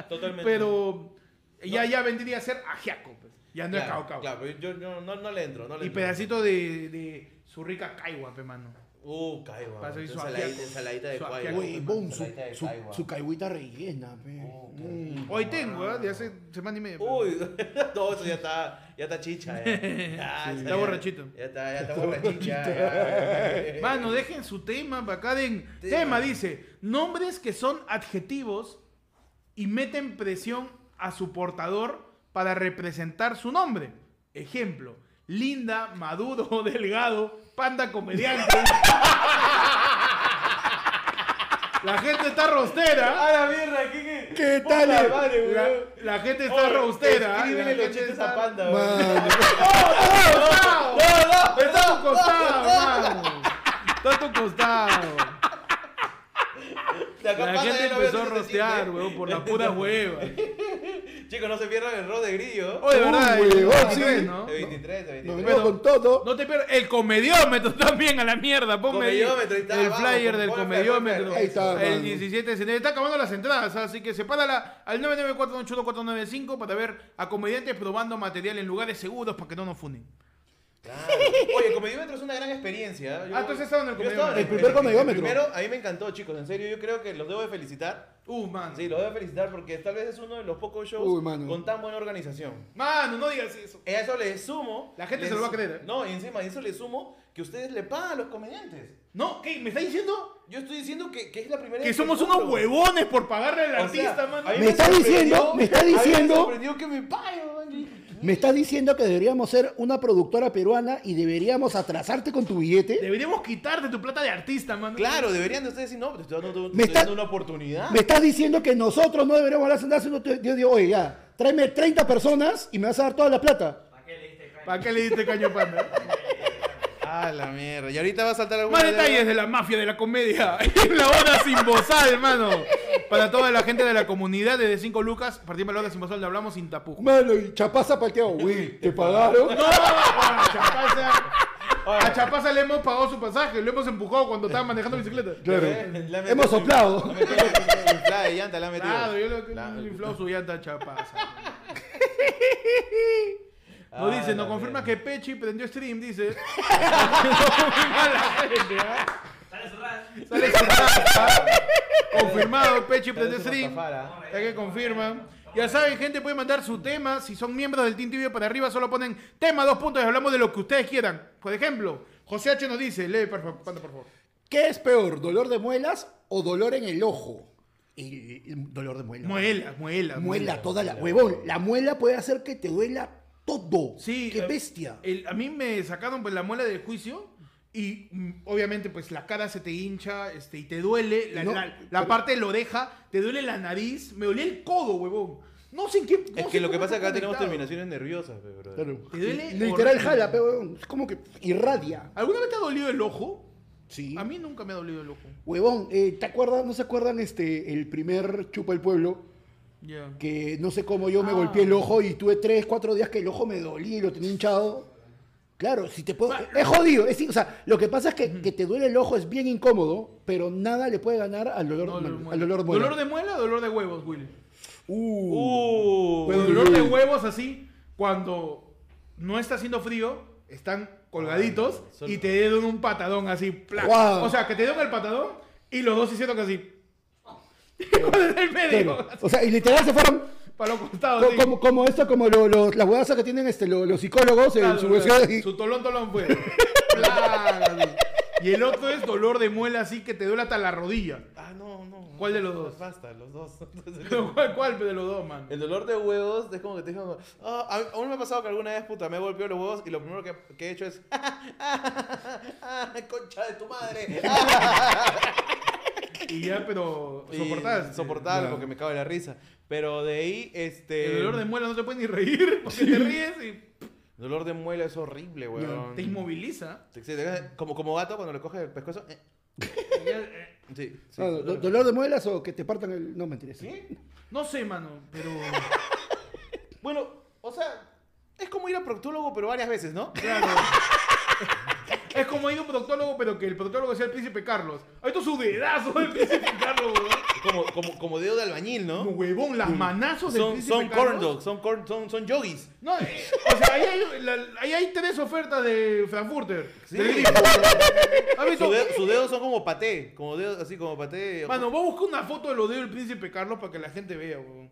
totalmente. Pero ya, ya vendría a ser ajiaco. pues. Ya no es claro, cacao. Claro, pero yo, yo no, no le entro, no le Y entro. pedacito de, de su rica caigua, pe mano. Uh, caigo. Paso ahí su ajiaco. ensaladita, ensaladita de Su cuayo. ajiaco. Huevón, su, Ensaladita de su, cuayo. su caigüita rellena, pe. Oh, qué Mm. rico. Hoy tengo, ¿eh? de hace semana y media. pe. Uy, no, eso ya está, ya está chicha. eh. Ya, Sí. esa Está ya- borrachito. Ya está, ya está borrachicha. ya. Mano, dejen su tema, pa' acá den. Tema. dice, nombres que son adjetivos y meten presión a su portador para representar su nombre. Ejemplo, linda, maduro, delgado, panda comediante. La gente está rostera. A la mierda, ¿qué, qué? ¿Qué Puta tal, eh? madre, weón. La, la gente está Oye, rostera. ¿eh? la Escríbele gente los chistes está- a Panda, weón. Mano. ¡Costado! Está a tu costado, mano. Está a tu costado. De acá La Panda gente ya no había empezó a hecho ese rostear, chiste. weón, por la pura hueva. Oye, Chicos, no se pierdan el rol de grillo. de verdad, Uy, el huevón, sí. 23, Oh, ¿no? De 23, de 23. Nos Bueno. venimos con todo. No te pierdas. El comediómetro también a la mierda. Ponme ahí Comediómetro, ahí está, el vamos, flyer pon- del ponme, comediómetro. ponme, Ahí está, el mano. 17 de septiembre. Está acabando las entradas, así que sepárala al 994181495 para ver a comediantes probando material en lugares seguros para que no nos funen. Claro. Oye, el comediómetro es una gran experiencia. Yo- Ah, entonces estaban en el yo estaba comediómetro. El primer comediómetro. Primero, a mí me encantó, chicos. En serio, yo creo que los debo de felicitar. Uh, man. Sí, los debo de felicitar porque tal vez es uno de los pocos shows Uy, mano. con tan buena organización. Mano, no digas eso. A eso le sumo. La gente le se lo va a su- creer, ¿eh? No, y encima de eso le sumo que ustedes le pagan a los comediantes. No, ¿qué? ¿Me está diciendo? Yo estoy diciendo que, que es la primera Que vez somos compro. unos huevones por pagarle al O sea, artista, a mí mano. Me está sorprendió- diciendo, me está a mí diciendo- Me sorprendió que me paguen, man. Yo dije, ¿Me estás diciendo que deberíamos ser una productora peruana y deberíamos atrasarte con tu billete? Deberíamos quitarte tu plata de artista, mano. Claro, deberían de ustedes decir, no, pero te estoy dando, te Me estoy está- dando una oportunidad. ¿Me estás diciendo que nosotros no deberíamos hablar sentarse? No, te- Yo digo, oye, ya, tráeme 30 personas y me vas a dar toda la plata. ¿Para qué le diste caña? ¿Para qué le diste caño panda? Ah, la mierda. Y ahorita va a saltar alguna Eh, Más detalles de la mafia de la comedia en la hora sin bozal, hermano. Para toda la gente de la comunidad de 5 Lucas, partimos de la hora sin bozal, le hablamos sin tapujo. Mano, y chapaza pateado, güey, ¿te pagaron? No, a Chapaza, Oye. a Chapaza le hemos pagado su pasaje, lo hemos empujado cuando estaba manejando bicicleta. Claro. Eh, la Hemos metió- soplado. la metió- la inflada de llanta la ha metido. Claro, yo lo que La- le infló su llanta a Chapaza. Ah, Nos dice, la nos confirma que mierda. Pechi prendió stream, dice. Sale su ras. Sale su raza. Confirmado, Pechi Pero prendió eso stream. no zafara. Ya que confirman. Ya saben, gente, pueden mandar su tema. Si son miembros del Team Tibio para arriba, solo ponen tema, dos puntos y hablamos de lo que ustedes quieran. Por ejemplo, José H nos dice, lee, por favor, Panda, por favor. ¿Qué es peor, dolor de muelas o dolor en el ojo? El, el dolor de muelas. Muela, muela. Muela, toda la huevón. La muela puede hacer que te duela todo. Sí. Qué eh, bestia. el- a mí me sacaron pues, la muela del juicio y mm, obviamente pues la cara se te hincha este, y te duele. La, No, la- la pero- parte de la oreja, te duele la nariz, me dolía el codo, huevón. No sé en qué... no Es sé que lo que cómo pasa está es que acá tenemos conectado. terminaciones nerviosas, pe, brother. Claro. Te duele Literal horrible. jala, pero es como que irradia. ¿Alguna vez te ha dolido el ojo? Sí. A mí nunca me ha dolido el ojo. Huevón, eh, ¿te acuerdas? ¿No se acuerdan este, el primer Chupa el Pueblo? Ya. Que no sé cómo yo me Ah. golpeé el ojo y tuve tres, cuatro días que el ojo me dolía y lo tenía hinchado. Claro, si te Ah. puedo. Es jodido. Es, o sea, lo que pasa es que, que te duele el ojo es bien incómodo, pero nada le puede ganar al dolor, No, al- muela. al dolor muela. ¿Dolor de muela o dolor de huevos, Willy? Uh. Pero dolor de huevos así, cuando no está haciendo frío, están colgaditos Ah, solo- y te dieron un patadón así. ¡plac! Guau. O sea, que te dieron el patadón y los dos hicieron así. Con el medio. Pero, o sea, y literal se fueron Para los costados. co- así. como, como esto, como lo- lo- las huevazas que tienen este, lo- los psicólogos en Claro, su claro. universidad. y- Su tolón tolón fue. Plac, así. y el otro es dolor de muela así que te duele hasta la rodilla. Ah, no, no. ¿Cuál de los dos? Basta, los dos. ¿Cuál, cuál de los dos, man? El dolor de huevos es como que te dicen, "Ah, a mí- aún me ha pasado que alguna vez, puta, me he golpeado los huevos y lo primero que, que he hecho es, concha de tu madre. Y ya, pero Y soportaste. Soportar, Ya. porque me cabe la risa. Pero de ahí, este... El dolor de muela no te puede ni reír porque te ríes y dolor de muela es horrible, weón. te inmoviliza. Sí, te deja- como, como gato cuando le coge el pescozo. eh. Y ya, eh, Sí, sí, Ah, do- ¿Dolor de muelas o que te partan el.? No, mentira. sí. No sé, mano, pero. Bueno, o sea, es como ir a proctólogo, pero varias veces, ¿no? Claro. Es como ir a un proctólogo, pero que el proctólogo sea el príncipe Carlos. Ahí está su dedazo del príncipe Carlos, weón. Como, como, como dedo de albañil, Como ¿no? huevón, las manazos del Son, príncipe son Carlos. corn dogs, son, corn, son, son yogis. No, eh, o sea, ahí hay, la- ahí hay tres ofertas de Frankfurter. Sí. Del grifo. ¿Has Sus visto? dedos su dedo son como paté, como dedos así como paté. Mano, voy a buscar una foto de los dedos del príncipe Carlos para que la gente vea, weón.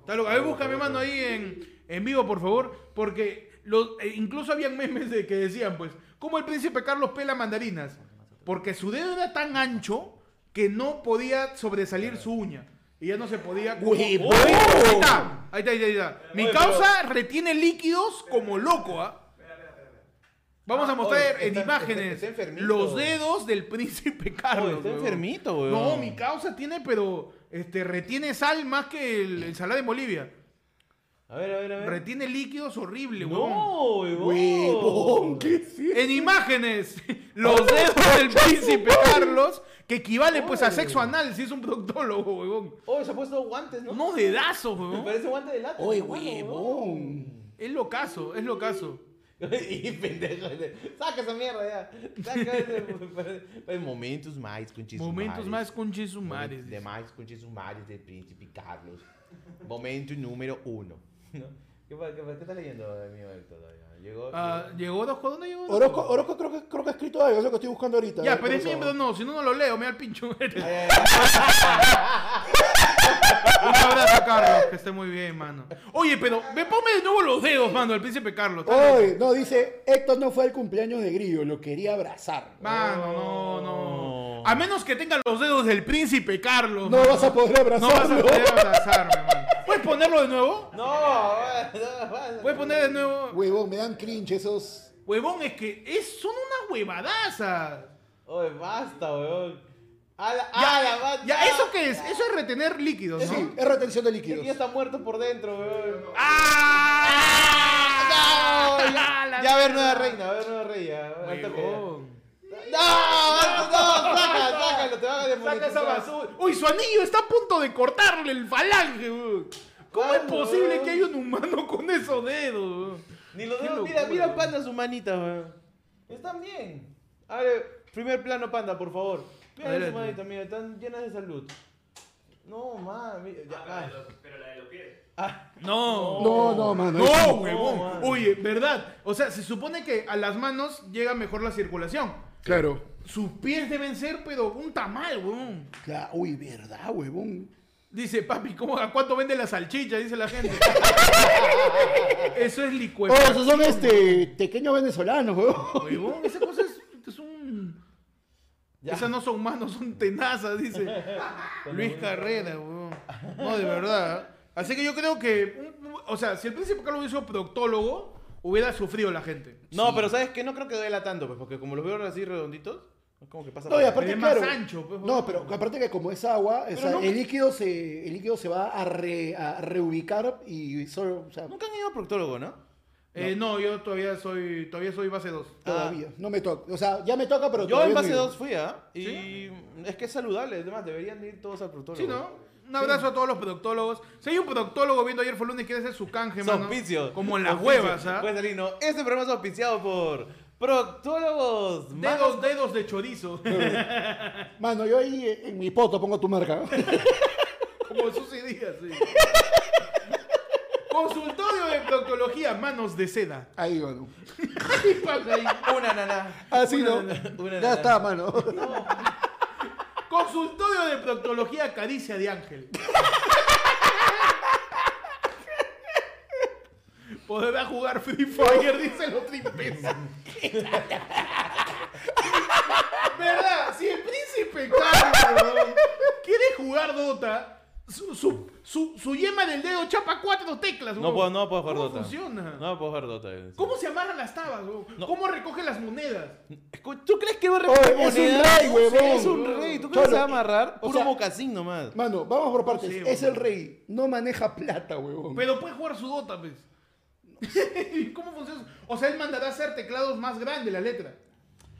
Está loco. A ver, búscame, mano, ahí en, en vivo, por favor. Porque los, eh, incluso habían memes de que decían, pues, ¿cómo el príncipe Carlos pela mandarinas? Porque su dedo era tan ancho que no podía sobresalir su uña. Y ya no se podía... como- Huevón. ¡Oh! Ahí está, ahí está, ahí está, ahí está. Mi Oye, causa retiene líquidos como loco, ¿ah? Vamos a Ah, mostrar en oye, está- imágenes está- está enfermito. los dedos del príncipe Carlos. Oye, está weón. enfermito, weón. No, mi causa tiene, pero este, retiene sal más que el, el salado en Bolivia. A ver, a ver, a ver. Retiene líquidos horrible, weón. ¿Eh? No, huevón. Huevón, ¿qué es eso? En imágenes, los dedos del príncipe Carlos, que equivale pues a sexo anal si es un proctólogo, weón. Oh, se ha puesto guantes, ¿no? Unos dedazos, Me weón. parece guante de lata. Oye, mano, huevón. Es lo caso, es lo caso. y pendejo. Saca esa mierda ya. Saca ese. pues, Momentos más con chismes. Momentos más con Chisumares. De más con Chisumares del príncipe Carlos. Momento número uno. ¿No? ¿Qué, pa- qué, pa- qué está leyendo de mí ahorita todavía? Llegó. Ah, ¿Llegó Orozco? ¿Dónde llegó Orozco? Orozco, Orozco creo, que, creo que ha escrito algo, es lo que estoy buscando ahorita. A Ya, ver, pero es por favor. miembro no, si no, no lo leo, me da el pincho. Un Ay, ay, abrazo, Carlos, que esté muy bien, mano. Oye, pero ve, ponme de nuevo los dedos, mano, al príncipe Carlos. está loco. Oye, no, dice, Héctor no fue al cumpleaños de Grillo, lo quería abrazar. Mano, no, no. A menos que tenga los dedos del príncipe Carlos. No mano. vas a poder No vas abrazarlo. a poder abrazarme, mano. ¿Puedes ponerlo de nuevo? ay. No, no, ¿Puedes poner de nuevo? Huevón, me dan cringe esos. Huevón, es que es, son unas huevadazas. Oye, basta, weón. A la, Ya, a la, basta. ya, ¿eso qué es? Eso es retener líquidos, ¿no? Ah, Sí, es retención de El tío líquidos. está muerto por dentro, weón. ¡Ah! No, La- ya, la- ya a ver nueva reina, a ver nueva reina. a ver, toque. Huevón. No, no, saca, sácalo, te van a Saca esa demonetizar. basura. Uy, su anillo está a punto de cortarle el falange, weón. ¿Cómo es Claro, posible weón. que haya un humano con esos dedos? weón? Ni los Qué dedos, locura, mira, mira weón. panda su manita, weón. Están bien. A ver, primer plano panda, por favor. Mira su Adelante. manita, mira, están llenas de salud. No, mami. Ya, Ah, ah, pero, pero la de los pies. ah, No. No, no, mano. No, eso- No, huevón. mano. Oye, ¿verdad? O sea, se supone que a las manos llega mejor la circulación. Claro. Sus pies deben ser, pero un tamal, huevón. Cla- Uy, verdad, huevón. Dice, papi, ¿cómo, ¿a cuánto vende la salchicha? Dice la gente. Eso es licuado. Oh, esos son este pequeños venezolanos, huevón. Huevón, esa cosa es, es un... Ya. Esas no son manos, son tenazas, dice Luis Carrera, huevón. No, de verdad. ¿eh? Así que yo creo que... un- un- o sea, si el príncipe Carlos hubiese sido proctólogo, hubiera sufrido la gente. No, pero ¿sabes qué? No creo que duela tanto, pues, porque como los veo así redonditos, es como que pasa. No, y por- aparte, Es más claro. ancho, pues, No, pero aparte que como es agua, o sea, no- el, líquido se, el líquido se va a, re- a reubicar y solo. O sea, Nunca han ido a proctólogo, ¿no? Eh, Eh, no, yo todavía soy todavía soy base 2. Todavía. No me toca. O sea, ya me toca, pero Yo en base dos 2 fui, ¿ah? Y es que es saludable, además, deberían ir todos al productor. Sí, ¿no? Un abrazo a todos los productólogos. Si hay un productólogo viendo ayer fue lunes, quiere hacer su canje, mano. Auspicios. Como en las Auspicios. huevas, ¿ah? Pues, Alino, este programa es auspiciado por Proctólogos Magos Dedos, dedos de chorizo. Mano, yo ahí eh, en mi poto pongo tu marca. Como Susi Díaz, sí. Consultorio de proctología, manos de seda. Ahí, mano. ¿Qué pasa ahí? Una nana. Así no. una Ya nana. está, mano. Consultorio de proctología, caricia de ángel. Podrá jugar Free Fire, dice el otro imbécil. ¿Verdad? Si el príncipe Carlos weón, quiere jugar Dota, su, su, su, su yema del dedo chapa cuatro teclas. No weón. puedo, no puedo jugar ¿Cómo Dota. funciona? No puedo jugar Dota. eh. ¿Cómo se amarran las tabas? weón? ¿Cómo recoge las monedas? Escu- ¿Tú crees que va a Oh, recoger es un monedas? rey, huevón. Sí, es un rey. ¿Tú crees Cholo. que se va a amarrar? O Puro sea- mocasín nomás. Mano, vamos por partes. Sí, mano. es el rey. No maneja plata, huevón. Pero puede jugar su Dota, pues. ¿Cómo funciona eso? O sea, él mandará a hacer teclados más grandes la letra.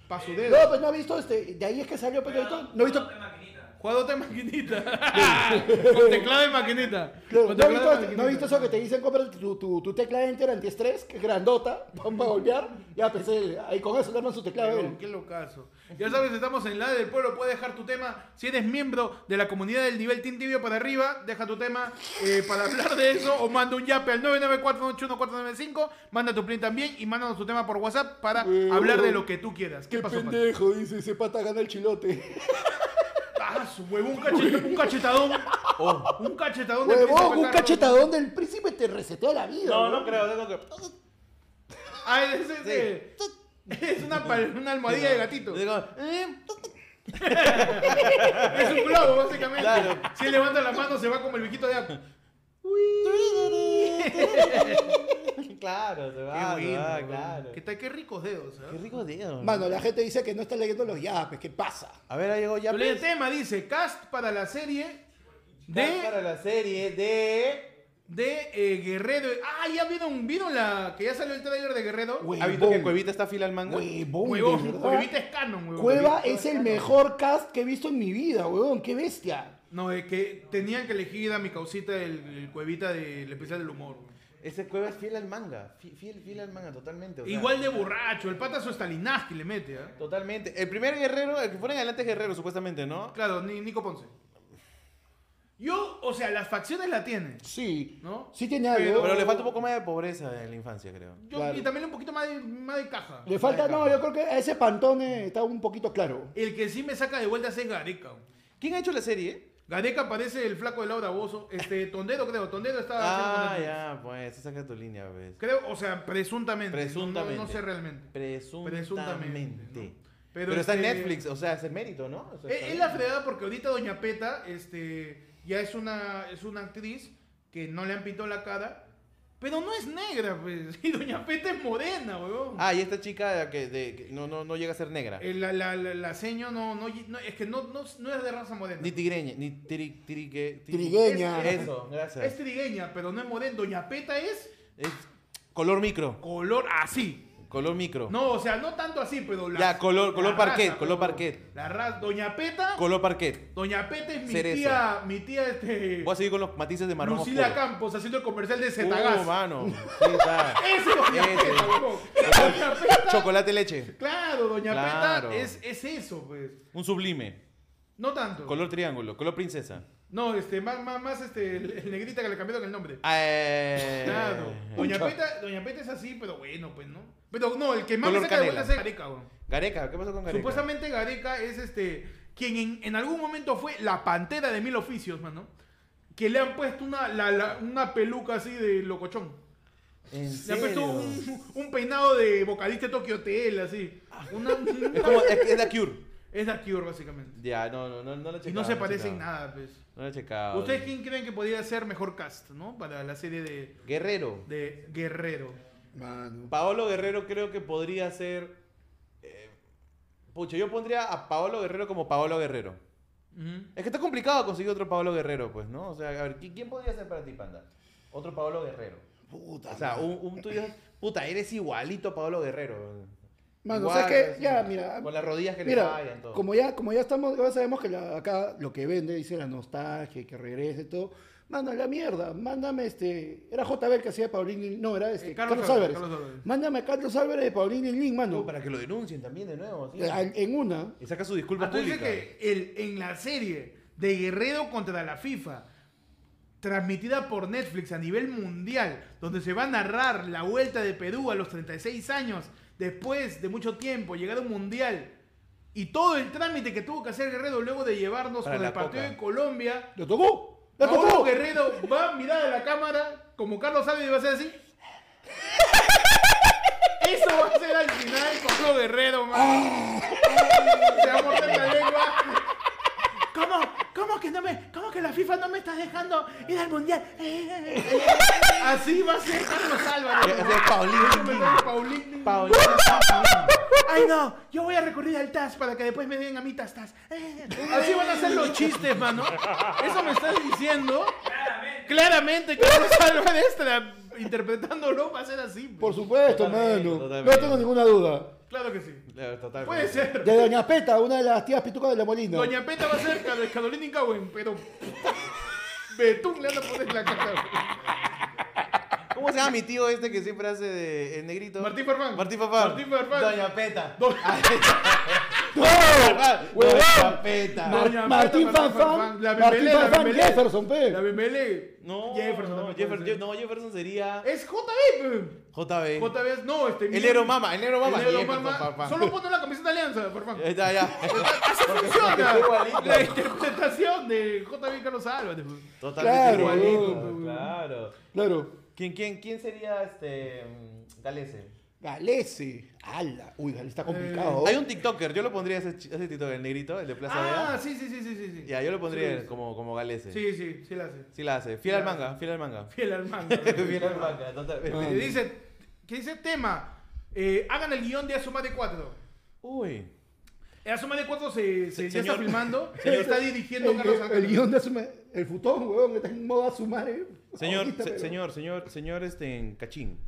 Para su dedo. No, pues no ha visto este. De ahí es que salió, pero ahorita- no ha visto. Juega Dota en maquinita. Con teclado y maquinita. Claro, Con ¿No, ha teclado y visto, maquinita. no ha visto eso que te dicen compra tu, tu, tu tecla Enter antiestrés, que es grandota, vamos a golpear? Ya pensé, ahí con eso le arman su teclado. eh. Pero, Qué locazo. Ya sabes, estamos en la del pueblo. Puedes dejar tu tema. Si eres miembro de la comunidad del nivel Team Tibio para arriba, deja tu tema eh, para hablar de eso. O manda un yape al 994-981-495. Manda tu plin también. Y mándanos tu tema por WhatsApp para Huevón. hablar de lo que tú quieras. ¿Qué, pasó, Pato? dice, ese pata gana el chilote. Ah, su huevo, un, cachet- un cachetadón. Un cachetadón. del Oh. Huevón, príncipe un Carlos. cachetadón del príncipe te resetea la vida. No, huevón. no creo. Tengo que... Ah, es, es- es- es una, pal- una almohadilla de gatito. Digo, eh, Es un globo, básicamente. Claro. Si él levanta la mano, se va como el viejito de Apu. claro, se va. qué se bueno, va, weón. claro. Qué, ta- qué ricos dedos. ¿eh? Qué rico dedo. Mano, la gente dice que no está leyendo los yapes, ¿qué pasa? A ver, ahí llegó ya. Yo leí el tema, dice, cast para la serie Para de, la serie de. de eh, Guerrero. Ah, ya vieron, vieron la que ya salió el trailer de Guerrero. Huevón. ¿Ha visto que Cuevita está fila al manga? Huevón, de Huevón, verdad. huevita es canon, huevón. Cueva es el mejor cast que he visto en mi vida, huevón, qué bestia. No, es que tenían que elegir a mi causita el, el cuevita del especial del humor. weón. Ese Cueva es fiel al manga. fi- Fiel, fiel al manga, totalmente. o sea, Igual de borracho, el pata su estalinaje que le mete, ¿ah? Totalmente. El primer guerrero, el que fuera en adelante es guerrero, supuestamente, ¿no? Claro, ni Nico Ponce. Yo, o sea, las facciones la tienen. Sí, ¿No? sí tiene algo. Pero- Pero le falta un poco más de pobreza en la infancia, creo. Yo- Claro. Y también un poquito más de, más de caja. Le falta, no, yo creo que a ese pantone está un poquito claro. El que sí me saca de vuelta es Gareca. ¿Quién ha hecho la serie? Gareca parece el flaco de Laura Bozo. Este, Tondero, creo. Tondero está haciendo Ah, contenido. ya, pues, esa es tu línea, ves. Creo, o sea, presuntamente. Presuntamente. No, no sé realmente. Presuntamente. Presuntamente, ¿no? Pero Pero, está en este- Netflix, o sea, es el mérito, ¿no? O sea, Eh, Es, está es la bien. fregada porque ahorita Doña Peta este, ya es una, es una actriz que no le han pintado la cara. Pero no es negra, pues. Y Doña Peta es morena, weón. Ah, y esta chica de que, de- que no, no, no llega a ser negra. Eh, La, la, la, la seño no, no, no- es que no, no, no es de raza morena. Ni tigreña, ni tiri, tirigue- tiri- Trigueña. Eso, Es gracias. trigueña, pero no es morena. Doña Peta es Es color micro, color así. color micro. No, o sea, no tanto así, pero la. Ya, color- color parquet, raza, color pero parquet. La raza. Doña Peta. Color parquet. Doña Peta es mi Cerezo. tía. Mi tía, este. Voy a seguir con los matices de marrón Lucila oscuro. Campos haciendo el comercial de Uh, Zetagas. mano. Sí, está. Ese es Doña Ese. Peta, huevón. Doña Peta. Chocolate leche. Claro, Doña Claro. Peta es, es eso, pues. Un sublime. No tanto. Color triángulo, color princesa. No, este, más, más, más este, el, el negrita que le cambiaron el nombre. Ah, Eh, Claro. Doña Peta, Doña Peta es así, pero bueno, pues, ¿no? Pero no, el que más me Color saca de vuelta es canela. Gareca, weón. Gareca, ¿qué pasó con Gareca? Supuestamente Gareca es este. Quien en, en algún momento fue la pantera de mil oficios, mano. Que le han puesto una, la- la- una peluca así de locochón. ¿En Le han puesto serio? un, un peinado de vocalista de Tokyo Hotel, así. Ah. Una, Es como, es, es la Cure. es la Cure, básicamente. Ya, no, no, no, no la he Y checado, no se la he parece en checado. nada, pues. No la he checado. ¿Ustedes quién creen que podría ser mejor cast, no? Para la serie de, Guerrero. de Guerrero. Mano. Paolo Guerrero creo que podría ser... eh, pucha, yo pondría a Paolo Guerrero como Paolo Guerrero. Ujú. Es que está complicado conseguir otro Paolo Guerrero, pues, ¿no? O sea, a ver, ¿qui- ¿quién podría ser para ti, Panda? Otro Paolo Guerrero. Puta. O sea, madre. un, un tuyo. Puta, eres igualito a Pablo Guerrero. weón. Mano, o Igual, sea que así, ya, mira. ah, Con las rodillas que le Mira, fallan, todo. como ya, como ya estamos, ya sabemos que la- acá lo que vende dice la nostalgia, y que regrese y todo. Manda la mierda, mándame este. Era JB el que hacía de Paulín Lin- No, era este. Eh, Carlos Carlos, Álvarez, Álvarez. Carlos Álvarez. Mándame a Carlos Álvarez de Paulín Lin Lin, mano. No, para que lo denuncien también de nuevo. así. En, en una. Y saca su disculpa Ah, tú dices pública. que el, en la serie de Guerrero contra la FIFA, transmitida por Netflix a nivel mundial, donde se va a narrar la vuelta de Perú a los 36 años, después de mucho tiempo, llegar a un mundial, y todo el trámite que tuvo que hacer Guerrero luego de llevarnos Para con la el partido coca. de Colombia, ¡Lo tocó! ¡Lo Paolo tocó! Guerrero va a mirar a la cámara, como Carlos sabe, y va a ser así. Eso va a ser al final Pablo Guerrero, man. Se va a morder la lengua. ¿Cómo? ¿Cómo que no me. ¿Cómo que la FIFA no me está dejando ir al mundial? Así va a ser Carlos Álvarez. Ya, ya, Paulín. Paulín. Paulín. Paulín. Ay, no, yo voy a recurrir al TAS para que después me den a mí TAS TAS. Eh, Así van a ser los chistes, mano. Eso me estás diciendo. Claramente. Claramente, Carlos Álvarez, tra- interpretándolo, va a ser así. pues. Por supuesto, Totalmente, mano. totalmente. No tengo ninguna duda. Claro que sí. Claro, totalmente. Puede ser. De Doña Peta, una de las tías pitucas de la Molina. Doña Peta va a ser Car- Carolina Incauen, pero. Betún le van a poner la caca. ¿Cómo se llama mi tío este que siempre hace de el negrito? Martín Farfán. Martín Farfán. Martín Farfán. Doña Peta. Do- ¡No! Doña ¡Huevón! Peta. Mar- Doña Peta, Martín Martín Fanfan. Fanfan, la Martín Bembele, la Fanfan Bembele. Jefferson, pe. La Bembele. No, Jefferson. no, también puede Jefferson, ser. Eh, no, Jefferson sería Es pues. JB. pe. JB. Otra vez, no, este. El Nero Mama, el Nero Mama. El Nero Jefferson, Mama. Farfán. Solo ponte la camiseta de Alianza, Farfán. Ahí está, ya. Así funciona. porque fue igualito. La interpretación de JB Carlos Álvarez. pues. Totalmente Claro, igualito. weón. Claro. Claro. ¿Quién, quién, quién sería este mm, Galese? Galese. Ala. Uy, Galese está complicado. Eh, Oh. ¿oh? Hay un TikToker, yo lo pondría ese, ch- ese TikToker, el negrito, el de Plaza Ah, B. sí, sí, sí, sí, sí. sí. Ya, yo lo pondría Sí, como, como Galese. Sí, sí, sí la hace. Sí la hace. Fiel al manga, fiel al manga. Fiel al manga. Fiel al manga, totalmente. Que dice, que dice tema, eh, hagan el guión de Asuma de 4. Ah. Uy. Asuma de 4 se, se- ya está Señor. filmando, se está dirigiendo el, Carlos el, Álvarez. guión de Asuma- El futón, huevón, está en moda sumar. eh. Señor, Ahorita, se- pero- señor, señor, señor, este, en cachín.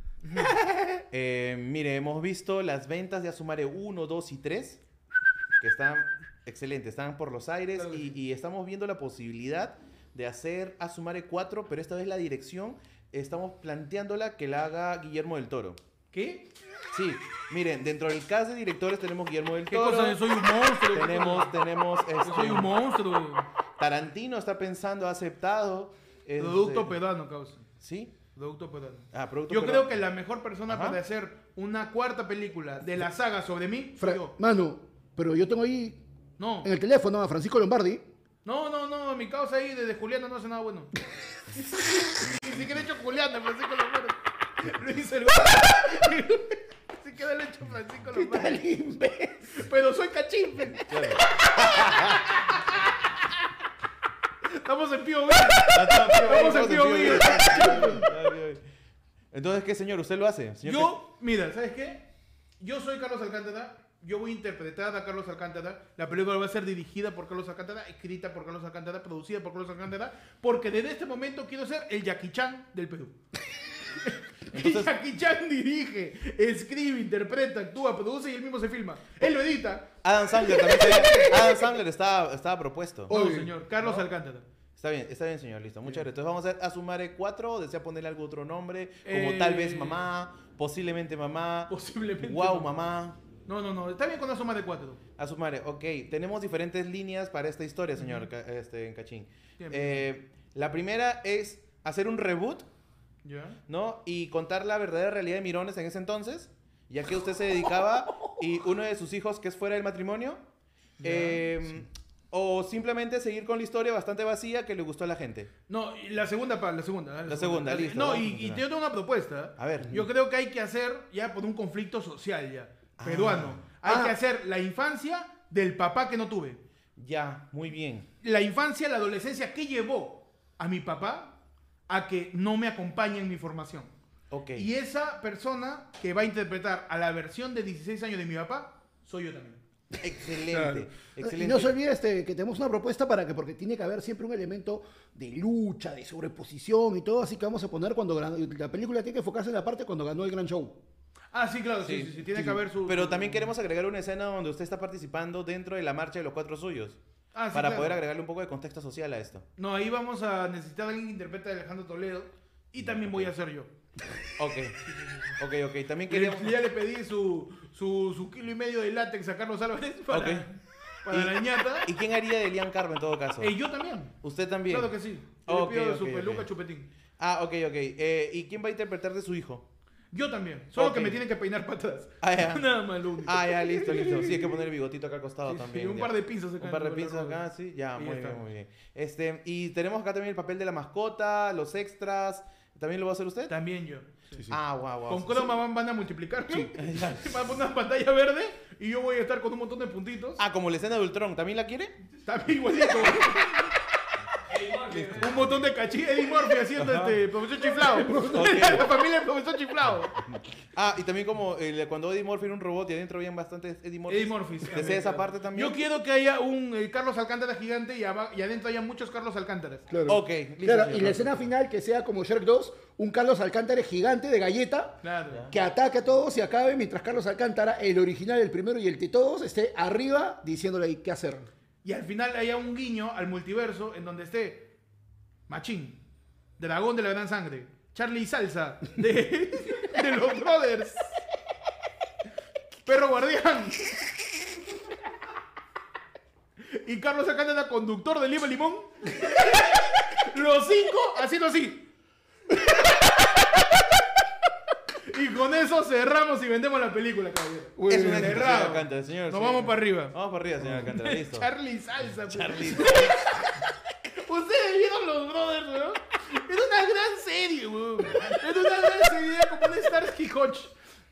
Eh, mire, hemos visto las ventas de Asumare 1, 2 y 3, que están excelentes, están por los aires Claro que y, y estamos viendo la posibilidad de hacer Asumare 4, pero esta vez la dirección estamos planteándola que la haga Guillermo del Toro. ¿Qué? Sí, miren, dentro del cast de directores tenemos Guillermo del ¿Qué Toro. cosa? Yo soy un monstruo. Tenemos, tenemos, Yo soy este, un monstruo. Tarantino está pensando, ha aceptado. este, Producto peruano, causa. Sí. Producto peruano. Ah, producto Yo peruano. creo que la mejor persona Ajá. para hacer una cuarta película de la saga sobre mí soy Fra- yo. Mano, pero yo tengo ahí No, en el teléfono a Francisco Lombardi. no, no, no, mi causa ahí desde Juliana no hace nada bueno. Ni siquiera he hecho Juliana, Francisco Lombardo. Luis el Ni siquiera le he hecho Francisco Lombardo. Pero soy cachimpe. Claro. Estamos en POV. Vamos Vamos en POV. Entonces, ¿qué señor? ¿Usted lo hace? Señor, Yo, mira, ¿sabes qué? Yo soy Carlos Alcántara. Yo voy a interpretar a Carlos Alcántara. La película va a ser dirigida por Carlos Alcántara, escrita por Carlos Alcántara, producida por Carlos Alcántara. Porque desde este momento quiero ser el Jackie Chan del Perú. Entonces- Jackie Chan dirige, escribe, interpreta, actúa, produce y él mismo se filma. Él lo edita. ¿qué? Adam Sandler también sería- Adam Sandler estaba, estaba propuesto. No, Oye, señor. Carlos Alcántara. Está bien, está bien, señor. Listo. Muchas gracias. Entonces, vamos a hacer Asumare 4. ¿Desea ponerle algún otro nombre? Como Eh, tal vez mamá, posiblemente mamá, Posiblemente. wow no. mamá. No, no, no. Está bien con la suma de cuatro. Asumare, ok. Tenemos diferentes líneas para esta historia, señor Ca- este, en Cachín. Bien. Eh, la primera es hacer un reboot ¿Ya? ¿no? Y contar la verdadera realidad de Mirones en ese entonces, ya que usted se dedicaba y uno de sus hijos que es fuera del matrimonio, Ya, eh, o simplemente seguir con la historia bastante vacía que le gustó a la gente. No, y la segunda, pa, la segunda. La segunda, listo, No, vamos a y, y continuar. yo tengo una propuesta. A ver. Yo creo que hay que hacer ya por un conflicto social ya, peruano. Hay Ah. que hacer la infancia del papá que no tuve. Ya, muy bien. La infancia, la adolescencia, ¿qué llevó a mi papá a que no me acompañe en mi formación? Ok. Y esa persona que va a interpretar a la versión de 16 años de mi papá, soy yo también. Excelente. Y Excelente. no se olvide este, que tenemos una propuesta para que, porque tiene que haber siempre un elemento de lucha, de sobreposición y todo, así que vamos a poner cuando ganó- la película tiene que enfocarse en la parte cuando ganó el gran show. Ah, sí, claro, sí, sí, sí, tiene que haber su... Pero su- también queremos agregar una escena donde usted está participando dentro de la marcha de los cuatro suyos. Ah, sí, para claro. poder agregarle un poco de contexto social a esto. No, ahí vamos a necesitar a alguien que interprete a Alejandro Toledo. Y también voy a hacer yo. Ok. Ok, ok. También queríamos. Le- Ya le pedí su, su, su kilo y medio de látex a Carlos Álvarez para, Ok. para Y- la ñata. ¿Y quién haría de Lian Carva en todo caso? Eh, yo también. Usted también. Claro que sí. Yo Ok, le pido ok, su ok. peluca chupetín. Ah, ok, ok. Eh, ¿Y quién va a interpretar de su hijo? Yo también. Solo Ok. que me tienen que peinar patas. Ah, ya. Nada más lo único. Ah, ya, listo, listo. Sí, hay que poner el bigotito acá al costado Sí, sí, también. un ya. par de pinzas acá Un par de en el pinzas color acá, sí. Ya, Y ya muy está. bien, muy bien. Este, y tenemos acá también el papel de la mascota, los extras. ¿También lo va a hacer usted? También yo. Sí. Ah, guau, guau. Con Sí. croma van- van a multiplicar. Van a poner una pantalla verde y yo voy a estar con un montón de puntitos. Ah, como la escena de Ultron, ¿también la quiere? También igualito. un montón de cachillas Eddie Murphy haciendo este profesor chiflado. la familia del profesor chiflado. Ah, y también como eh, cuando Eddie Murphy era un robot y adentro habían bastantes Eddie Murphy. Eddie Murphy. también, esa claro. parte también? Yo quiero que haya un eh, Carlos Alcántara gigante y, aba- y adentro haya muchos Carlos Alcántaras. Claro. Ok, listo, Claro, señor. y la escena final que sea como Shrek 2, un Carlos Alcántara gigante de galleta Claro. que ataque a todos y acabe mientras Carlos Alcántara, el original, el primero y el de todos, esté arriba diciéndole ahí qué hacer. Y al final haya un guiño al multiverso en donde esté Machín, Dragón de la Gran Sangre, Charlie y Salsa, de, de los Brothers, Perro Guardián. Y Carlos Alcántara, conductor de Lima Limón. Los cinco haciendo así. Y con eso cerramos y vendemos la película, caballero. Muy Es bien. un éxito, señor Cerrado. Alcántara, señor. Nos sí. vamos para arriba. Vamos para arriba, señor Alcántara, listo. Charlie Salsa. pues. Charlie. Ustedes vieron los brothers, ¿no? Era una gran serie, weón. Era una gran serie era como un Starsky Hutch.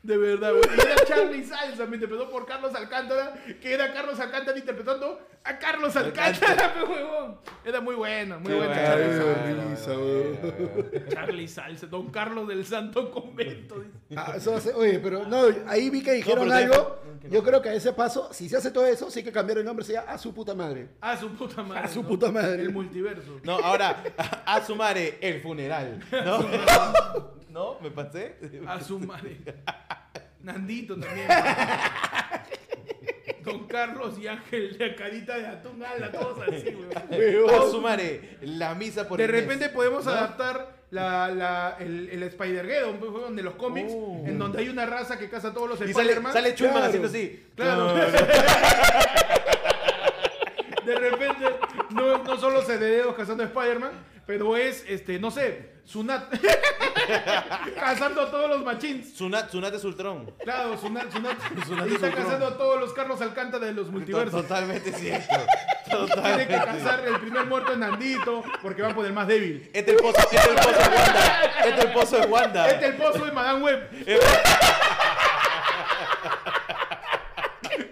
De verdad, weón. Y era Charlie Salsa, me interpretó por Carlos Alcántara, que era Carlos Alcántara interpretando a Carlos Alcántara, pe, huevón. Era muy bueno, muy Qué bueno. bueno, Charlie, bueno, Salsa. bueno, risa, bueno, bueno. Charlie Salsa, don Carlos del Santo Convento. dice. Ah, eso hace- oye, pero no, ahí vi que dijeron pero tiene- algo. Yo creo que a ese paso, si se hace todo eso, sí hay que cambiar el nombre, sea a su puta madre. A su puta madre. A su ¿no? puta madre. El multiverso. No, ahora, a, a su madre, el funeral. ¿No? ¿No? ¿Me pasé? A su madre. Nandito también. Don Carlos y Ángel de carita de atún, ala, todos así, güey. Eh, A su madre, la misa por De Inés. repente podemos adaptar la, la, el, el Spider-Geddon, pues, weón, de los cómics, Oh. en donde hay una raza que caza a todos los Y sale, Spider-Man. sale Chulman Claro. haciendo así. Claro. De repente, no, no solo se de dedos cazando a Spider-Man, pero es, este, no sé, Sunat cazando a todos los machins. Sunat, Sunat es Ultron. Claro, Sunat, Sunat, Sunat y es está un cazando a todos los Carlos Alcántara de los multiversos. Totalmente cierto. Tiene que Totalmente. cazar el primer muerto en Nandito, porque van por el más débil. Este es el pozo, este es el pozo de Wanda. Este es el pozo de Wanda. Este el pozo de Madame Web.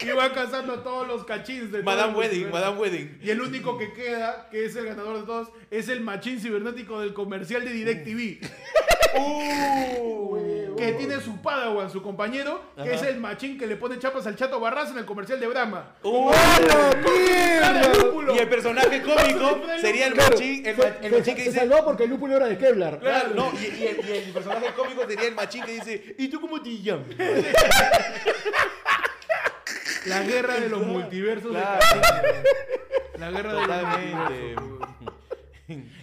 Y va cazando a todos los cachins de todos Madame los Wedding, multiversos. Madame Wedding. Y el único que queda, que es el ganador de todos, es el machín cibernético del comercial de DirecTV. Uh. Uh. Que tiene su padawan, su compañero, que es el machín que le pone chapas al chato Barras en el comercial de Brahma. ¡Uh! ¡Cara de lúpulo! Y el personaje cómico sería el machín, el, ma- Se- el machín se, que se dice salvó porque el lúpulo era de Kevlar. Claro, no, y, y el, y el personaje cómico sería el machín que dice, ¿y tú cómo te llamas? La guerra de los multiversos. de Cachín. La guerra de los Totalmente.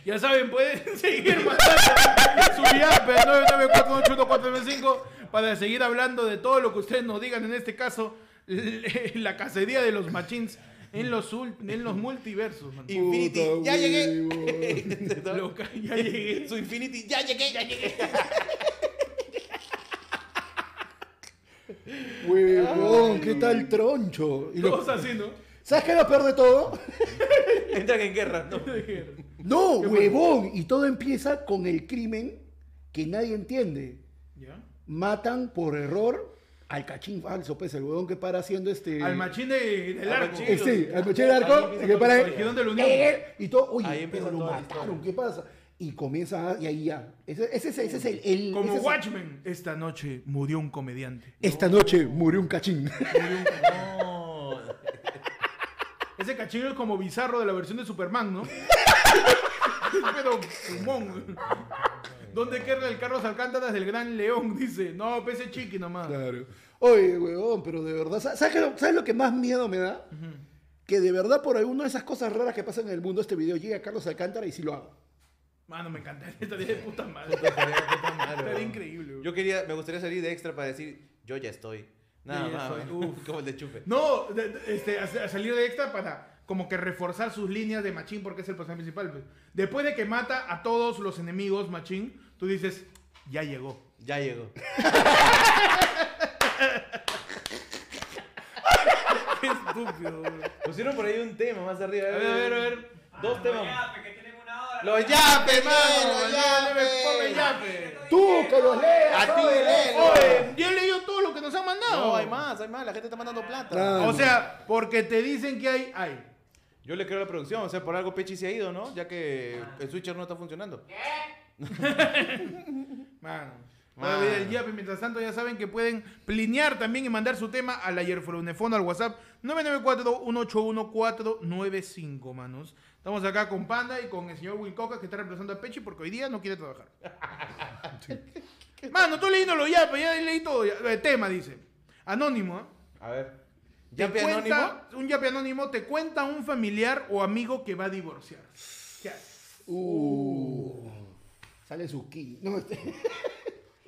Ya saben, pueden seguir mandando su yape al 994181495 para seguir hablando de todo lo que ustedes nos digan. En este caso, l- la cacería de los machins en los, ul- en los multiversos. man. Infinity, Puta, ya Lo llegué. ca- ya llegué. Su Infinity, ya llegué, ya llegué. Huevón, qué tal troncho. Y lo- Todos así, ¿no? ¿Sabes qué es lo peor de todo? Entran en guerra. No. No, huevón. Y todo empieza con el crimen que nadie entiende. ¿Ya? Matan por error al cachín falso, pues, el huevón que para haciendo este. Al machín de- del Al arco. machín. Eh, sí, al mechero del Ahí arco, empieza que toda para la ahí, historia. de la Unión. eh, Y todo, oye, Ahí empieza pero lo toda la mataron, ¿qué pasa? Y comienza, a- y ahí ya. Ese, ese, ese- ese es el. el- Como ese es el- Watchmen. Esta noche murió un comediante. Esta noche murió un cachín. No. Ese cachillo es como bizarro de la versión de Superman, ¿no? Pero pulmón. ¿Dónde queda el Carlos Alcántara del Gran León? Dice. No, pese chiqui nomás. Claro. Oye, huevón, pero de verdad, ¿sa- ¿sabes, qué lo- sabes lo que más miedo me da? Que de verdad por alguna de esas cosas raras que pasan en el mundo este video llegue a Carlos Alcántara y si lo hago. Mano, me encantaría. Estaría de puta madre. Estaría increíble. güey. Yo quería, me gustaría salir de extra para decir, yo ya estoy. Nada Yo ya más. estoy. ¿no? Como el de chupe. No, de- de- este, a, a salir de extra para como que reforzar sus líneas de Machín porque es el personaje principal. pues. Después de que mata a todos los enemigos, Machín, tú dices, ya llegó. Ya llegó. Qué estúpido, güey. Pusieron por ahí un tema más arriba. A ver, a ver, a ver. Dos temas. Ya, porque tienen una hora. Los yapes, mano, los Ponme llave, ponme yapes. llave. Tú que los leas. A ti, eh. léelo. Oye, yo he leído todo lo que nos han mandado. No, hay más, hay más. La gente está mandando plata. Claro. O sea, porque te dicen que hay, hay. Yo le creo a la producción. O sea, por algo Pechi se ha ido, ¿no? Ya que el switcher no está funcionando. Mano. Mano. Todavía el yape. mientras tanto ya saben que pueden plinear también y mandar su tema al ayerforonefono al WhatsApp 994-181-495, manos. Estamos acá con Panda y con el señor Wilcoca que está reemplazando a Pechi porque hoy día no quiere trabajar. Mano, tú leyendo los yapes, ya leí todo. ya. Eh, tema, dice. Anónimo, ¿ah? A ver. Te ¿Yape cuenta- anónimo? Un yape anónimo te cuenta un familiar o amigo que va a divorciar. ¿Qué haces? Uh, sale su ki. No, este-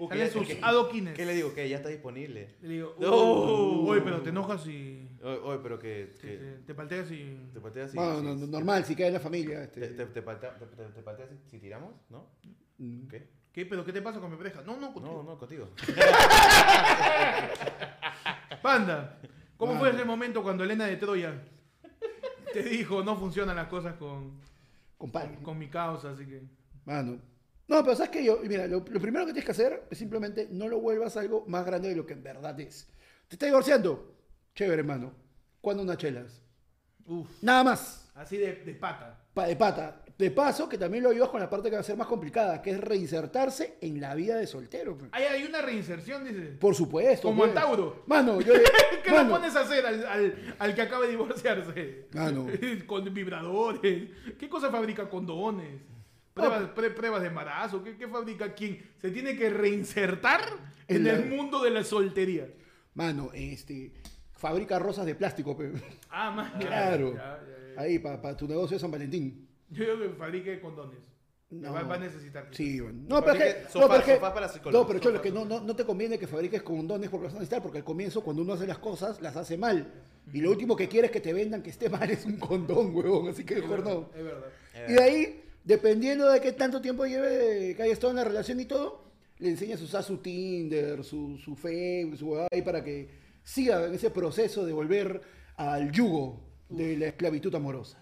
Uh, Salen ¿qué- sus qué- adoquines. ¿Qué le digo? Que ya está disponible. Le digo, No. "Uh, oye, pero te enojas y Oye, oye, pero que... te, que- te- te palteas y... ¿Te pateas así? Bueno, sí, no- no- sí. normal, si cae en la familia. ¿Te, Este. te, te, patea- te, te- te pateas si- si tiramos? ¿No? Mm. ¿Qué? ¿Qué? ¿Pero qué te pasa con mi pareja? No, no, No, contigo. no, contigo. Panda, ¿cómo fue Mano. ese momento cuando Elena de Troya te dijo no funcionan las cosas con, Compadre. con mi causa? Así que... Mano. No, pero sabes que yo, mira, lo, lo primero que tienes que hacer es simplemente no lo vuelvas algo más grande de lo que en verdad es. ¿Te estás divorciando? Chévere, hermano. ¿Cuándo unas chelas? Uf, Nada más. así de, de pata. Pa- de pata. De paso, que también lo ayudas con la parte que va a ser más complicada, que es reinsertarse en la vida de soltero. pe. Ahí hay una reinserción, dice. Por supuesto. Como pe. el Tauro. Mano, yo le- ¿Qué mano, le pones a hacer al, al- al que acaba de divorciarse? Ah, no. Con vibradores. ¿Qué cosa fabrica condones? Pruebas, pre- pruebas de embarazo. ¿Qué, qué fabrica quién? Se tiene que reinsertar en En la- el mundo de la soltería. Mano, este. Fabrica rosas de plástico, pe. Ah, más Claro. Ya, ya, ya. Ahí, para tu negocio de San Valentín. Yo digo que fabrique condones. No. Va, va a necesitar. Sí, bueno. No, pero es Fabrique que- sofá- no, pero es que- sofá para psicólogos, no, pero Cholo, sofá, que no, no, no te conviene que fabriques condones porque los vas a necesitar, porque al comienzo, cuando uno hace las cosas, las hace mal. Y lo último que quieres que te vendan que esté mal es un condón, huevón. Así que mejor no. Es verdad. Y de ahí, dependiendo de qué tanto tiempo lleve, que haya estado en la relación y todo, le enseñas a usar su Tinder, su, su Facebook, su huevada ahí para que siga en ese proceso de volver al yugo de la esclavitud amorosa.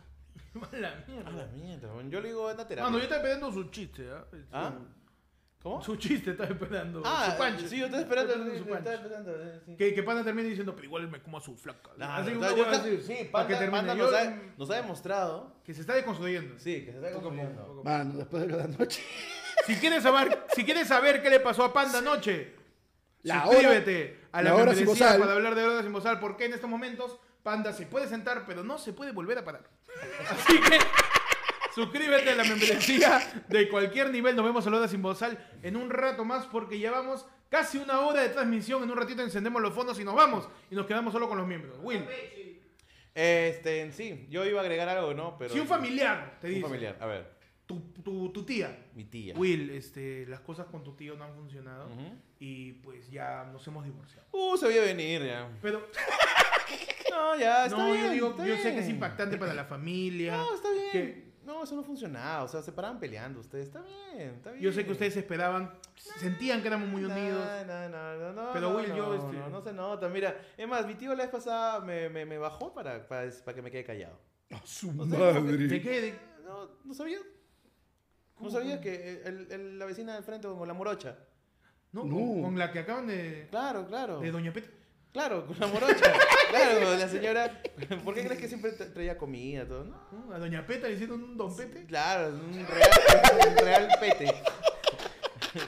Mala A mierda. la mierda, weón. Ah, yo le digo anda a terapia. Mano, yo estaba esperando su chiste. ¿ah? ¿Ah? ¿Cómo? Su chiste estaba esperando. Ah, su pancho. sí, yo estaba esperando. Estaba esperando su estaba pancho. esperando, eh, sí. Que, que Panda termine diciendo, pero igual me como a su flaca. Claro, Así, o una sea, yo hueá está- así, sí, para que Panda- termine. Panda Yo- nos, ha, nos ha demostrado Que se está desconstruyendo. sí, que se está Poco a poco, confundiendo. poco a poco. Mano, después de lo de anoche. Si quieres saber, si quieres saber qué le pasó a Panda anoche, La suscríbete a la, la hora sin membresía bozal. para hablar de horas sin bozal, porque en estos momentos Panda se puede sentar, pero no se puede volver a parar. Así que suscríbete a la membresía de cualquier nivel. Nos vemos a la hora sin bozal en un rato más, porque llevamos casi una hora de transmisión. En un ratito encendemos los fondos y nos vamos. Y nos quedamos solo con los miembros. Will, Este, en sí, yo iba a agregar algo, ¿no? Pero si un familiar te Un dice, familiar, a ver, Tu, tu, tu tía, mi tía. Will, este, las cosas con tu tío no han funcionado Ujú. y pues ya nos hemos divorciado. Uh, se veía venir ya. Pero No, ya Ah, está no, bien. yo digo, está yo sé que es bien. impactante para la familia. No, está bien. que- No, eso no funcionaba, o sea, se paraban peleando ustedes, está bien, está bien. yo sé que ustedes esperaban, sentían que éramos muy No, unidos. No, no, no, no. Pero, no, Will, no, yo, este- No, no se nota, mira. Es más, mi tío la vez pasada me, me, me bajó para, para, para que me quede callado. ¡A su O sea, como que- ¿De qué? Eh, De- No, no sabía. ¿Cómo, No sabía cómo? que el- el- la vecina del frente con la morocha. no, No. Con, con la que acaban de. Claro, claro. De Doña Peta. Claro, con la morocha. claro, la señora. ¿Por qué crees que siempre tra- traía comida? Todo? No. ¿no? A Doña Peta le hicieron un don Pete. Claro, un real, un real pete.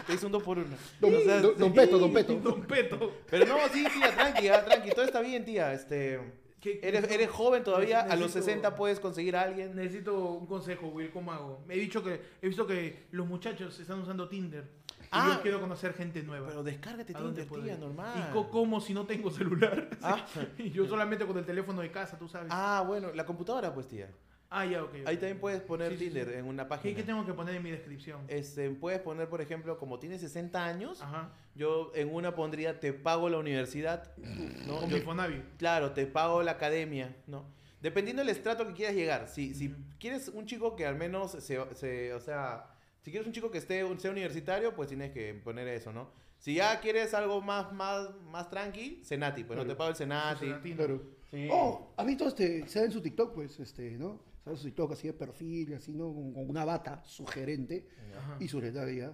Te hizo un dos por uno. Don, O sea, don- don sí. Peto, don Peto. Don Peto. Pero no, sí, tía, tranqui, ah, tranqui. Todo está bien, tía. Este. ¿Qué- Eres, eres joven todavía, a los Necesito- 60 puedes conseguir a alguien. Necesito un consejo, Will, ¿cómo hago? Me he dicho que he visto que los muchachos están usando Tinder. Y Ah. yo quiero conocer gente nueva. Pero descárgate ¿A dónde Tinder, puedo tía, ir? normal. ¿Y co- cómo si no tengo celular? Ah. Y yo solamente con el teléfono de casa, tú sabes. Ah, Ah, bueno, la computadora, pues, tía. ya, ok. ok. Ahí también puedes poner Sí, sí, Tinder sí. en una ¿Qué, página. qué tengo que poner en mi descripción? Este, puedes poner, por ejemplo, como tienes 60 años, Ajá. yo en una pondría te pago la universidad, ¿no? Con Yo- mi Fonavi. claro, te pago la academia, ¿no? Dependiendo del estrato que quieras llegar. Si, si Ujú. quieres un chico que al menos se, se- o sea, si quieres un chico que esté sea universitario, pues tienes que poner eso, ¿no? Si ya quieres algo más más más tranqui, Senati, pues no Claro. te pago el Senati. Senati. Claro. Sí. Oh, ¿has visto este? Sale en su TikTok, pues, este, ¿no? Sale en su TikTok así de perfil, así, ¿no? Con, con una bata sugerente Ajá. y su ya.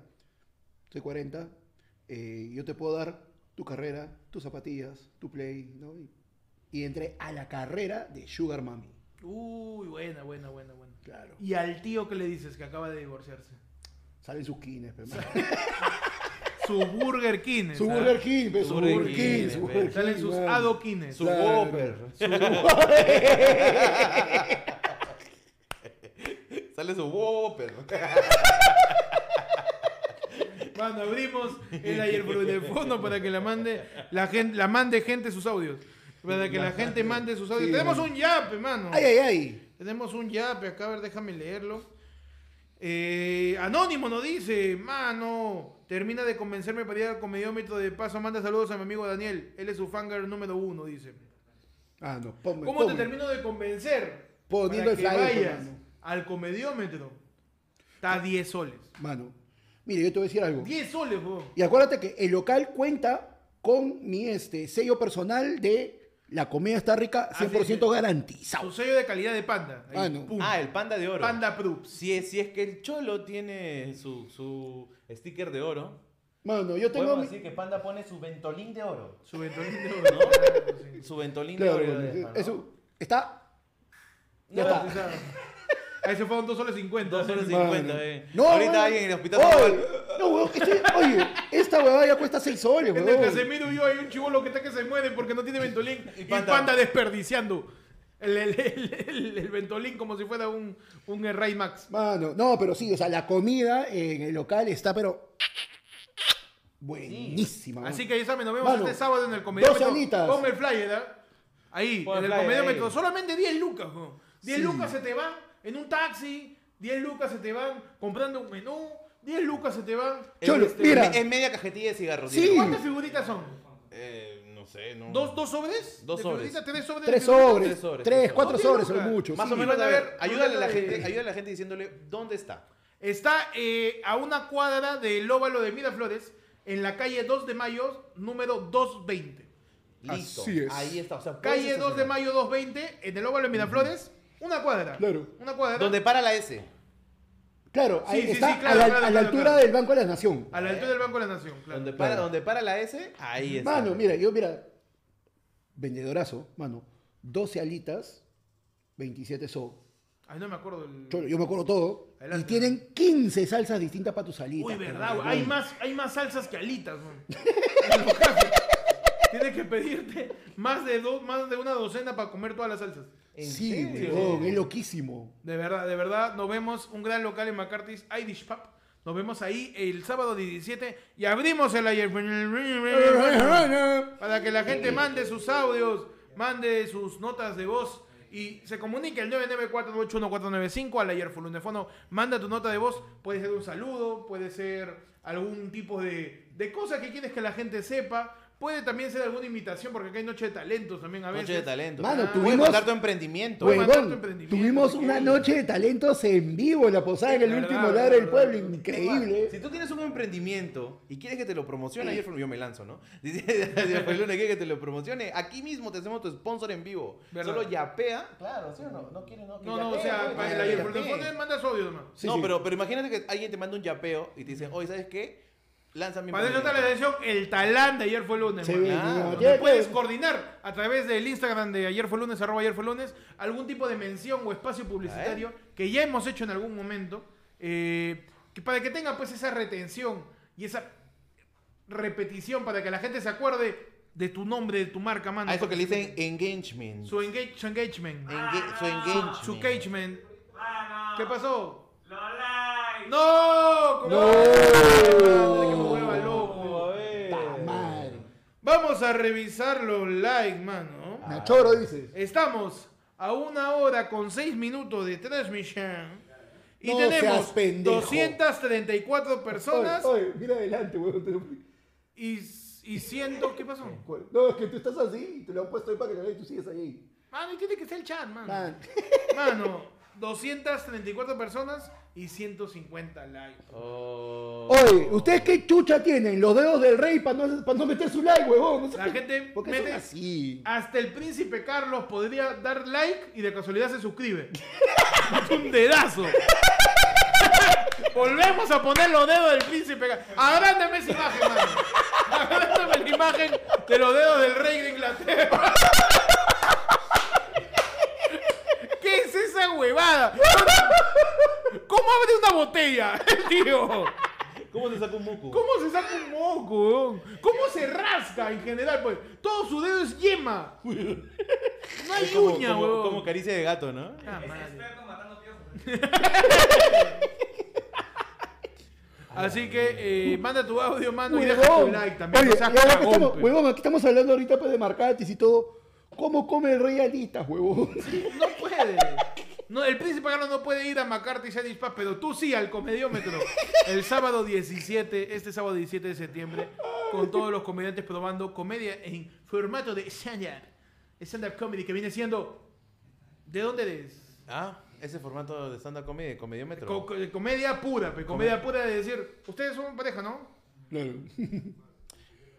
Soy 40. eh, yo te puedo dar tu carrera, tus zapatillas, tu play, ¿no? Y, y entré a la carrera de Sugar Mami. Uy, buena, buena, buena, buena. Claro. Y al tío que le dices que acaba de divorciarse. Salen sus kines, pero más. Sus Burger ¿ah? King. Su ¿sabes? Burger King, pe, su Burger Burger King, King, su pe. Burger King. Salen sus mano. adoquines. Su Claro. Whopper. Sale su Whopper. Cuando abrimos el ayer de fondo para que la mande la gente, la mande gente sus audios. Para que la gente mande sus audios. Sí, Tenemos mano. un yape, mano. Ay, ay, ay. Tenemos un yape acá, a ver, déjame leerlo. Eh, Anónimo nos dice, mano, termina de convencerme para ir al comediómetro de paso. Manda saludos a mi amigo Daniel. Él es su fanger número uno, dice. Ah, no, ponme. ¿Cómo te ponme. termino de convencer? Poniendo para que el flyer, pues, vayas mano. al comediómetro. Está 10 soles. Mano, mire, yo te voy a decir algo. 10 soles, weón. Y acuérdate que el local cuenta con mi este, sello personal de la comida está rica, Así 100% es. Su garantizado. sello de calidad de panda. Ahí, Ah, no. pum. Ah, el panda de oro. Panda Proofs. Si es, si es que el cholo tiene su, su sticker de oro, Mano, yo tengo podemos mi... decir que panda pone su ventolín de oro. Su ventolín de oro, ¿no? Claro, Ah, sí. Su ventolín Claro, de oro. mano, de Panda, ¿no? eso está... Ya No, está. o sea, Ahí se fueron 2 soles 50. Dos horas Mano. 50, eh. No, Ahorita mano. alguien en el hospital. Oye, global. no, weón, este- oye, esta huevada ya cuesta 6 soles, Entre weón. Casemiro y yo hay un chivolo que está que se muere porque no tiene ventolín. Y, Panda. panda. desperdiciando el, el- el- el- el ventolín como si fuera un, un Ray Max. Mano, no, pero sí, o sea, la comida en el local está, pero... Buenísima. mano. Así que ya saben, nos vemos Mano, este sábado en el comediómetro. dos alitas. Ponme el flyer, ¿ah? Ahí, Pon en el el flyer comediómetro. ahí. Solamente 10 lucas, jo. 10 Sí. lucas se te van en un taxi. 10 lucas se te van comprando un menú. 10 lucas se te van. Es Cholo, mira. me- Es Este, media cajetilla de cigarros. Sí. digo. ¿Cuántas figuritas son? Eh, no sé, no. ¿Dos, dos sobres? Dos ¿De sobres. figuritas? ¿Tres sobres? de Tres figuritas? sobres, tres sobres, tres, tres cuatro sobres. sobres son muchos. Más sí. o menos, van a a ver, ver, ayúdale a la van a ver. gente, ayúdale a la gente diciéndole dónde está. Está eh, a una cuadra del óvalo de Miraflores, en la calle 2 de Mayo, número 220. Listo. Así es. Ahí está, o sea, puedes Calle 2 de estacionar. Mayo 220, en el óvalo de Miraflores, una cuadra. Claro. Una cuadra. Donde para la S. Claro, ahí sí, sí, está claro, a la, claro, a la claro, altura claro. del Banco de la Nación. A la altura del Banco de la Nación, claro. Donde para, Claro. donde para la S, ahí está. Mano, mira, yo, mira, vendedorazo, mano, 12 alitas, 27 so. Ay, no me acuerdo del... Cholo, yo me acuerdo todo. Mm. Adelante. Y tienen 15 salsas distintas para tus alitas. Uy, pero, verdad, weón. güey. hay más, hay más salsas que alitas, güey. En los cafés. Tienes que pedirte más de, dos, más de una docena para comer todas las salsas. ¿En Sí, serio? weón, es loquísimo. De verdad, de verdad, nos vemos un gran local en McCarthy's Irish Pub. Nos vemos ahí el sábado 17 y abrimos el ayer. Para que la gente mande sus audios, mande sus notas de voz y se comunique al 994-81495 al ayer Fulundefono. Manda tu nota de voz, puede ser un saludo, puede ser algún tipo de, de cosa que quieres que la gente sepa. Puede también ser alguna imitación, porque acá hay noche de talentos también a veces. Noche de talento. Mano, Ah, tuvimos- Puedes contar tu emprendimiento. Bueno, mandar tu Huevón, emprendimiento, tuvimos ¿qué? una noche de talentos en vivo en la posada, en el Verdad, último lugar del verdad. pueblo. Increíble. Si tú tienes un emprendimiento y quieres que te lo promocione, ayer fue- yo me lanzo, ¿no? Dice, ayer fue el lunes, ¿quieres que te lo promocione? Aquí mismo te hacemos tu sponsor en vivo. ¿Verdad? Solo yapea. Claro, ¿sí o no? No quieres, no. No, no, o sea, para el ayer Fulundefono manda su audio, hermano. Sí, no, sí. Pero, pero imagínate que alguien te manda un yapeo y te dice, oye, ¿sabes qué? Lanza mi Para eso está la emprendimiento". edición, el talán de ayer fue lunes. Sí, man. bien, claro. bien. Donde puedes coordinar a través del Instagram de ayer fue lunes, arroba ayer fue lunes, algún tipo de mención o espacio publicitario que ya hemos hecho en algún momento, eh, que para que tenga pues esa retención y esa repetición para que la gente se acuerde de tu nombre, de tu marca, mano. A eso que le dicen Ah, engagement. Su, engage- su engagement. Enga- su engagement. Su engagement. Mano. ¿Qué pasó? Los likes. ¡No! ¿Cómo? No. Ay, que me vuelva loco. Pa' madre. Vamos a revisar los likes, mano. Nachoro dices. Estamos a una hora con seis minutos de transmisión. Y No seas tenemos pendejo. 234 personas Oye, oye, mira adelante, weón. te lo- y, y ciento... ¿Qué pasó? No, es que tú estás así, te lo han puesto ahí para que la y tú sigues ahí. Mano, y tiene que ser el chat, mano. Man. Mano, 234 personas y 150 likes. Oh. Oye, ¿ustedes qué chucha tienen? Los dedos del rey para no, pa' no meter su like, huevón. No sé La qué- gente ¿Por qué mete- son así? Hasta el príncipe Carlos podría dar like y de casualidad se suscribe. Es un dedazo. Volvemos a poner los dedos del príncipe Carlos. Agrándame esa imagen, mano. Agrándame la imagen de los dedos del rey de Inglaterra. ¿Qué es esa huevada? ¿Cómo abre una botella, tío? ¿Cómo se saca un muco? ¿Cómo se saca un moco? weón? ¿Cómo se rasca en general? Pues todo su dedo es yema. No hay como, uña, como- weón. como caricia de gato, ¿no? Ah, Es madre. experto en matando piojos. Así que eh, manda tu audio, mano, y deja tu Huevón. like también. no Oye, seas y ahora que cagón, estamos, pe. huevón, aquí estamos hablando ahorita pues, de marcatis y todo. ¿Cómo come el rey alitas, huevón? No puede. No, el príncipe Carlos no puede ir a McCarthy y Shadis Paz, pero tú sí al comediómetro. El sábado 17, este sábado 17 de septiembre, con todos los comediantes probando comedia en formato de stand-up. Stand-up comedy que viene siendo. ¿De dónde eres? Ah, ese formato de stand-up comedy, de comediómetro. Co- co- comedia pura, pe, comedia pura de decir, ustedes son pareja, ¿no? Claro.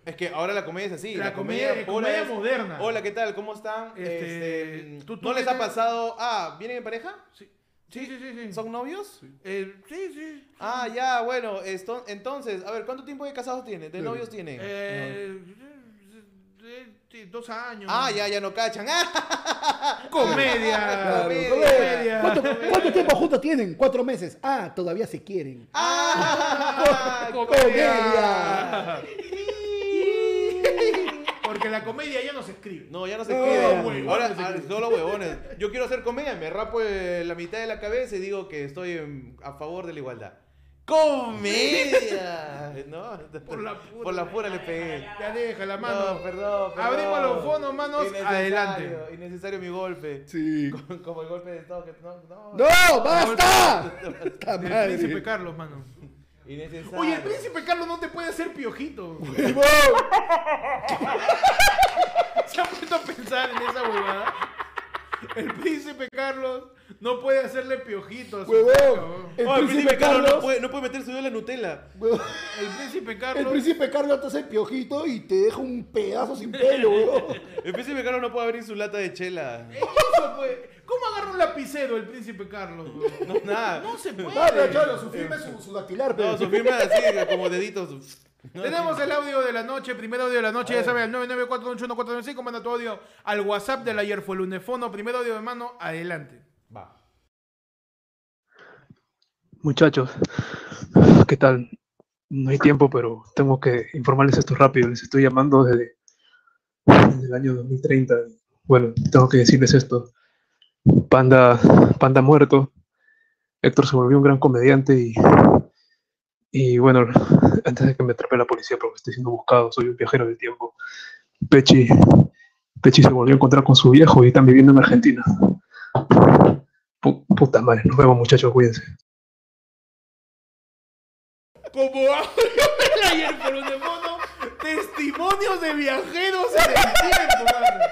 Es que ahora la comedia es así. La comedia- pura comedia moderna. Hola, ¿qué tal? ¿Cómo están? Este, Este, tú- tú ¿No les tienes- ha pasado? Ah, ¿vienen en pareja? Sí, sí, sí, sí. ¿Son novios? Eh, sí, sí. Ah, ya, bueno. esto- entonces, a ver, ¿cuánto tiempo de casados tienen? ¿De novios tienen? Eh, eh, eh, dos años. Ah, ya, ya no cachan. Ah, Comedia. Comedia. comedia. ¿Cuánto, cuánto tiempo juntos tienen? Cuatro meses. Ah, todavía se quieren. ah, comedia. Porque la comedia ya no se escribe. No, ya no se No, queda. huevones Ahora, se ah, creen. solo huevones. Yo quiero hacer comedia, me rapo eh, la mitad de la cabeza y digo que estoy en- a favor de la igualdad. ¡Comedia! ¿No? Por la pura. Por la pura le pegué. Ya deja la mano. No, perdón, perdón. Abrimos los fondos, manos, Innecesario, adelante. Innecesario mi golpe. Sí. Como el golpe de estado que... No, no. ¡No! ¡Basta! ¡Puta Del madre! príncipe Carlos, mano. Innecesario. Oye, el príncipe Carlos no te puede hacer piojito. ¡Huevón! ¿Se han puesto a pensar en esa huevada? El príncipe Carlos no puede hacerle piojito a su ¡Huevón! cabrón. El Oye, príncipe Carlos. no puede, no puede meter su dedo en la Nutella. huevón, El príncipe El Carlos. príncipe Carlos te hace piojito y te deja un pedazo sin pelo, huevón. El príncipe Carlos no puede abrir su lata de chela. ¿Qué hizo, pues? ¿Cómo agarra un lapicero el príncipe Carlos? huevón? No, nada. No se puede. No, no, Cholo, su firma es su, su dactilar, pero. No, su firma así, como deditos. Tenemos el audio de la noche, primer audio de la noche, ya saben, al 994181495, manda tu audio al WhatsApp del ayer fue lunes fono, primer audio de mano, adelante. Va. Muchachos, ¿qué tal? No hay tiempo, pero tengo que informarles esto rápido. Les estoy llamando desde, desde el año 2030. Bueno, tengo que decirles esto. Panda, Panda muerto. Héctor se volvió un gran comediante y, y bueno, antes de que me atrape la policía porque estoy siendo buscado, soy un viajero del tiempo. Pechi, Pechi se volvió a encontrar con su viejo y están viviendo en Argentina. Pu- Puta madre, nos vemos muchachos, cuídense. Como audio del ayer fue lunes fono, testimonios de viajeros en el tiempo, mano.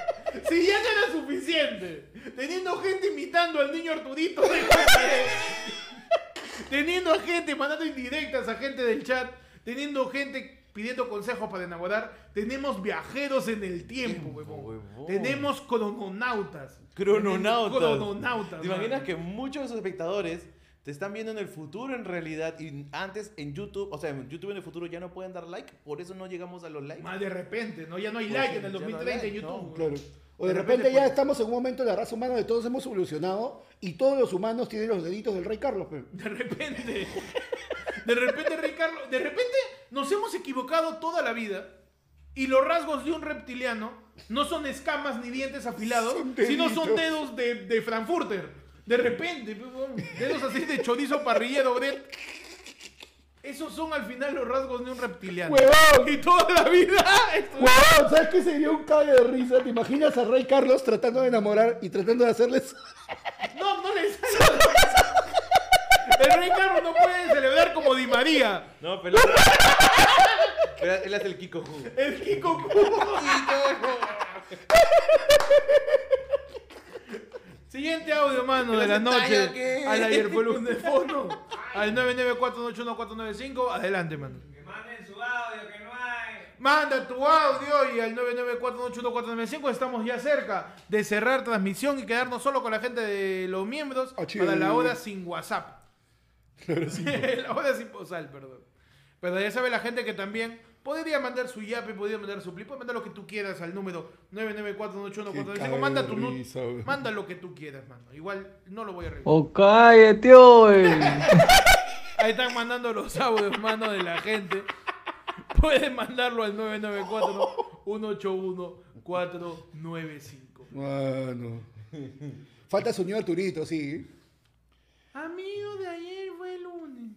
Si ya no era suficiente, teniendo gente imitando al niño Arturito de teniendo a gente mandando indirectas a gente del chat, teniendo gente pidiendo consejos para enamorar, tenemos viajeros en el tiempo, huevón. huevón. Tenemos crononautas. Crononautas. Tenemos Crononautas. ¿Te imaginas mano. que muchos de sus espectadores te están viendo en el futuro en realidad y antes en YouTube, o sea, en YouTube en el futuro ya no pueden dar like, por eso no llegamos a los likes? Más de repente, ¿no? Ya no hay Pues like sí, en el ya no hay 2030 en like, YouTube. no, huevón. Claro. O de, De repente, repente, ya pues- estamos en un momento de la raza humana de todos hemos evolucionado y todos los humanos tienen los deditos del rey Carlos. pe. De repente. De repente, Ricardo. De repente nos hemos equivocado toda la vida. Y los rasgos de un reptiliano no son escamas ni dientes afilados, Son sino son deditos. dedos de, de Frankfurter. De repente, pues, weón, dedos así de chorizo parrillero, de... Esos son al final los rasgos de un reptiliano. ¡Huevón! Y toda la vida... esto- ¡Huevón! ¿Sabes qué sería un cague de risa? ¿Te imaginas a Rey Carlos tratando de enamorar y tratando de hacerles... No, no le sale. El rey Carlos no puede celebrar como Di María. No, pero. pero él hace el Kiko Ju. El Kiko Kubo. Siguiente audio, mano, de la noche. Al ayer fue lunes de fono. Al 994-81495. Adelante, mano. Que manden su audio, que no hay. Manda tu audio y al 994-81495. Estamos ya cerca de cerrar transmisión y quedarnos solo con la gente de los miembros Achí. para la hora sin WhatsApp. Ah, la hora sin posal, perdón. Pero ya sabe la gente que también podría mandar su yape, podría mandar su pli, puede mandar lo que tú quieras al número 994-81495. Manda tu nu- Manda lo que tú quieras, mano. Igual no lo voy a revisar. ¡Oh, cállate, hoy! Ahí están mandando los audios, mano, de la gente. Pueden mandarlo al 994-181-495. Bueno. Falta su niño Arturito, sí. Amigo de ayer fue el lunes.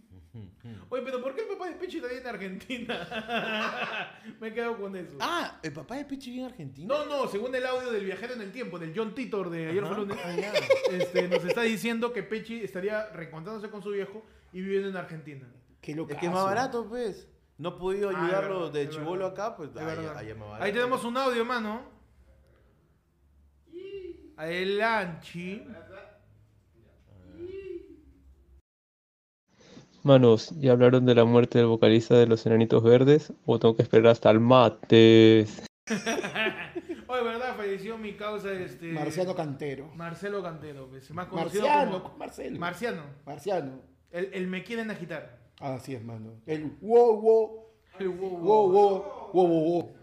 Oye, pero ¿por qué el papá de Pichi está ahí en Argentina? Me quedo con eso. Ah, el papá de Pichi bien argentino. No, no, según el audio del viajero en el tiempo, del John Titor de ayer fue el Ah. lunes, este, nos está diciendo que Pechi estaría reencontrándose con su viejo y viviendo en Argentina. Qué loco. Es que es más barato, pues. No he podido Ah, ayudarlo es verdad, de es chivolo verdad. acá, pues. Es Ahí, verdad. ahí es más barato. Ahí tenemos un audio, hermano. Adelante. Manos, ¿ya hablaron de la muerte del vocalista de los Enanitos Verdes? ¿O tengo que esperar hasta el martes? Oye, ¿verdad? Falleció mi causa, este... Marciano Cantero. Marcelo Cantero, pues, más conocido Marciano, como... Marcelo. Marciano. Marciano. El, el me quieren agitar. Así es, mano. El wow, wow, El wow, wow. wow, wow, wow, wow, wow.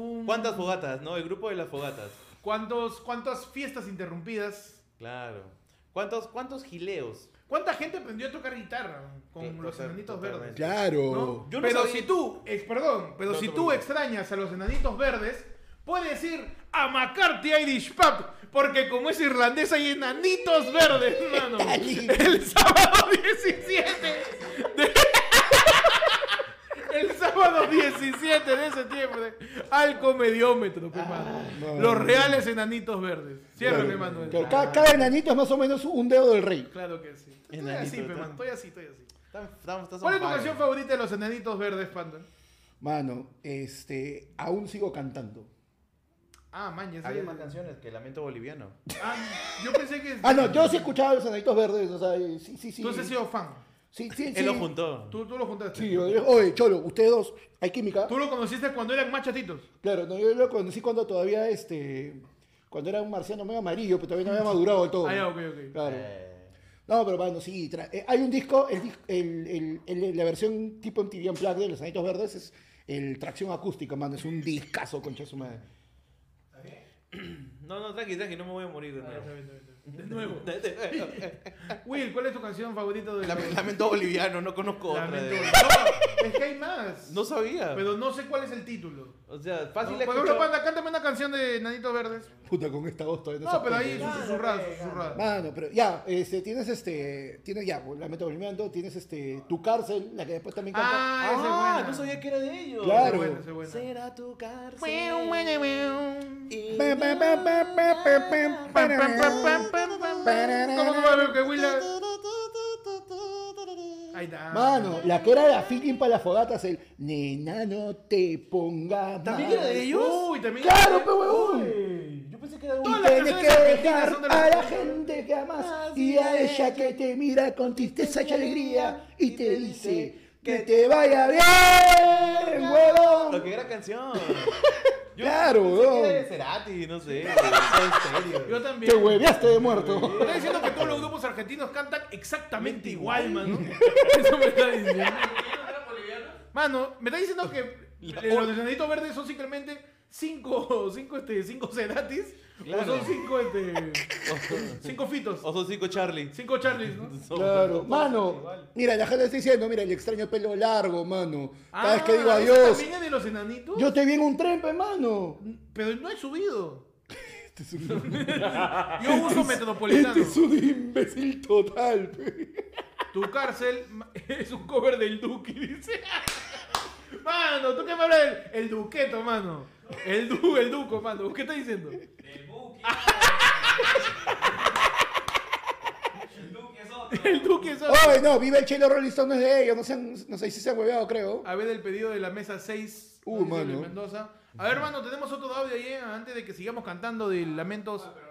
Un- ¿Cuántas fogatas? No, el grupo de las fogatas. ¿Cuántos, ¿Cuántas fiestas interrumpidas? Claro. ¿Cuántos, cuántos gileos? ¿Cuánta gente aprendió a tocar guitarra con Sí, los total- enanitos totalmente. verdes? Claro. ¿no? Yo no pero sabía- si tú, ex- perdón, pero No si te tú preocupes. extrañas a los enanitos verdes, puedes ir a McCarthy Irish Pub, porque como es irlandés hay enanitos verdes, mano. lindo. El sábado 17 de- El sábado 17 de septiembre al comediómetro, pe, mano. Ah, mano. Los reales enanitos verdes. Ciérrame, Manuel. Claro, Cada, cada enanito es más o menos un dedo del rey. Claro que sí. Estoy Enanito, así, pe, está- mano. Estoy así, estoy así. Estamos- estamos- estamos ¿Cuál es tu mal. canción favorita de los enanitos verdes, Panda? Mano, este, aún sigo cantando. Ah, man, ya sé. Había más canciones que Lamento Boliviano. Ah, yo pensé que. Ah, no, yo sí escuchaba los enanitos verdes, o sea, sí, sí, sí. Tú has sido fan. Sí, sí, sí. Él lo juntó. Tú, tú lo juntaste. Sí, yo- yo- oye, Cholo, ustedes dos, ¿hay química? Tú lo conociste cuando eran más chatitos. Claro, no, yo lo conocí cuando todavía, este, cuando era un marciano medio amarillo, pero todavía no había madurado del todo. Ah, ya, ok, ok. Oh. Claro. Eh, No, pero bueno, sí, tra- eh, hay un disco, el, dis- el- el- el- la versión tipo MTV Unplugged de Los Anitos Verdes es el Tracción Acústica, mano, es un discazo, concha de su madre. No, no, tranqui, tranqui, no me voy a morir de Ah, está nuevo. bien, está bien, está bien. De nuevo. Will, ¿cuál es tu canción favorita de Lame- Lamento Boliviano, no conozco otra. Lamento. de- No, es que hay más. No sabía. Pero no sé cuál es el título. O sea, Ah, Por fácil escucho- ejemplo, Panda, cántame una canción de Nanitos Verdes. Puta, con esta voz todavía No, se pero ahí aprende. sus susurradas, sus susurradas. Mano, pero ya, este, tienes este, tienes ya, la meto volviendo, tienes este, tu cárcel, la que después también canta. Ah, esa es Ah, buena. no sabía que era de ellos. Esa es Claro. buena, esa es buena. Será tu cárcel. Pe, pe, pe, pe, pe, pe, pe, Pam, pe, pam, pam, pam, pam, pam, pam. ¿Cómo no va a ver que Will la- Ahí está. Mano, la que era la feeling para las fogatas, el nena no te pongas ¿También mal. era de ellos? Uy, también. ¡Claro, pe huevón! Uy, Yo pensé que era de un... Todas las Tienes canciones que argentinas dejar son de a la los- gente que amas Así y a es. ella que te mira con tristeza y alegría y te dice que te vaya bien, Lo huevón. que era canción. Yo Claro, pensé que weón. era de Cerati, no sé. En serio. Yo también. Te hueveaste de muerto. Está diciendo que todos los grupos argentinos cantan exactamente igual, mano. Eso me está diciendo. Mano, me está diciendo que los de Enanitos Verdes son simplemente cinco, cinco, este, cinco sedatis O son cinco, este, cinco fitos. O son cinco Charlie. Cinco Charlies, ¿no? Claro, mano. Mira, la gente está diciendo, mira, el extraño pelo largo, mano. Cada vez que digo Ah, ¿eso adiós, ¿También es de los enanitos? yo te vi en un tren, pe, mano. Pero no he subido. Este es un, Yo uso metropolitano. este es un imbécil total, pe. Tu cárcel ma- es un cover del Duki, dice. Mano, ¿tú qué me hablas del el duqueto, mano? El du, el duco, mano. ¿Qué estás diciendo? Del Buki. El Duki es otro. El duque es Ay, no, vive el chelo Rolling Stone, no es de ellos. No, sean, no sé si se han hueveado, creo. A ver el pedido de la mesa 6. Uh, dice mano. Luis Mendoza. A ver, mano, tenemos otro audio ahí eh, antes de que sigamos cantando de lamentos. Ah,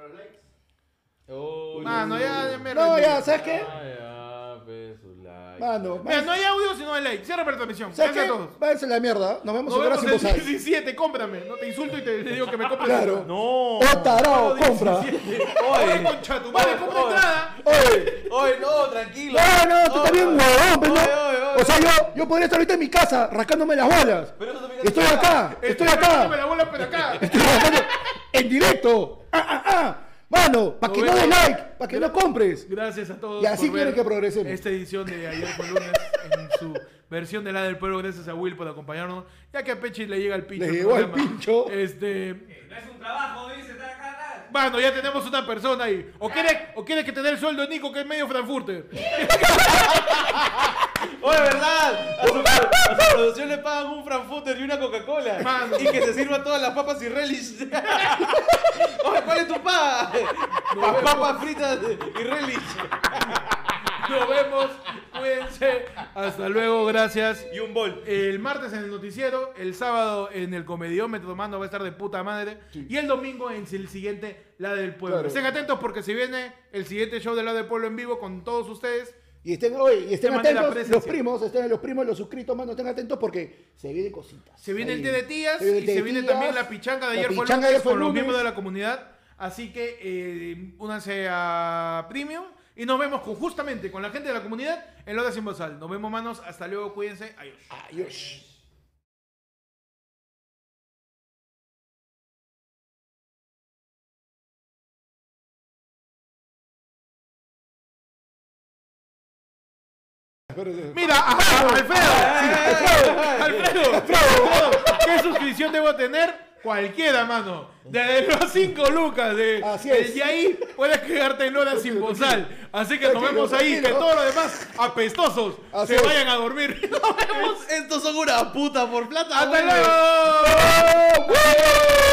Uy, Mano, ya, ya me No, rendí. ya, ¿sabes qué? ya, pe, su like. Mano, Mira, no hay audio, sino hay like. Cierra la transmisión. ¿sabes Gracias qué? a todos. Váyanse a la mierda. Nos vemos Nos en hora vemos sin el bozal. 17, cómprame. No te insulto y te, te digo que me compres. Claro. No. Oh, tarao, Sábado compra. 17. Oye, concha, tu madre, compra Oye. entrada. Oye. Oye, no, tranquilo. No, no, tú Oye, también, huevón, pe, oye, ¿no? oye, O sea, yo, yo podría estar ahorita en mi casa rascándome las bolas. Pero eso también es Estoy tu casa. acá, estoy Este, Me acá. la bola pero acá. Estoy rascando en directo. Ah, ah, ah. Mano, para que no des like, para que no compres. Gracias a todos. Y así por ver quieren que progresemos. Esta edición de ayer fue lunes en su versión de la del pueblo. Gracias a Will por acompañarnos. Ya que a Pechi le llega el pincho. Le el llegó el programa. pincho. Este. Eh, No es un trabajo, dice, está acá atrás. Bueno, ya tenemos una persona ahí. ¿O quieres, o quieres que te dé el sueldo, Nico, que es medio Frankfurter? Oye, ¿verdad? A su, a su producción le pagan un Frankfurter y una Coca-Cola. Mano. Y que se sirva todas las papas y relish. Oye, ¿cuál es tu paga? Pa- papas fritas y relish. Nos vemos. Cuídense. Hasta luego. Gracias. Y un bol. El martes en el noticiero, el sábado en el comediómetro, mando va a estar de puta madre. Y el domingo en el siguiente, la del pueblo. Claro. Estén atentos porque si viene el siguiente show de la del pueblo en vivo con todos ustedes, Y estén, oye, y estén De manera atentos, presencial. los primos, estén los primos, los suscritos, mano, estén atentos porque se vienen cositas. se viene Ahí. el té de tías viene el y té se de viene tías, también la pichanga de la ayer por pichanga de lunes ayer fue con los lunes. miembros de la comunidad. Así que eh, únanse a Premium y nos vemos con- justamente con la gente de la comunidad en Loda Sin Bozal. Nos vemos, manos. Hasta luego. Cuídense. Adiós. Adiós. Mira, ajá, Alfredo, Alfredo, Alfredo, ¿qué suscripción debo tener? Cualquiera, mano. Desde los 5 lucas de Así de- es. Y ahí puedes quedarte en horas sin bozal. Así que nos Tranquilo, vemos ahí, que tranquilo. todos los demás apestosos Así se es. vayan a dormir. Nos vemos. Estos son una puta por plata. Hasta güey. luego.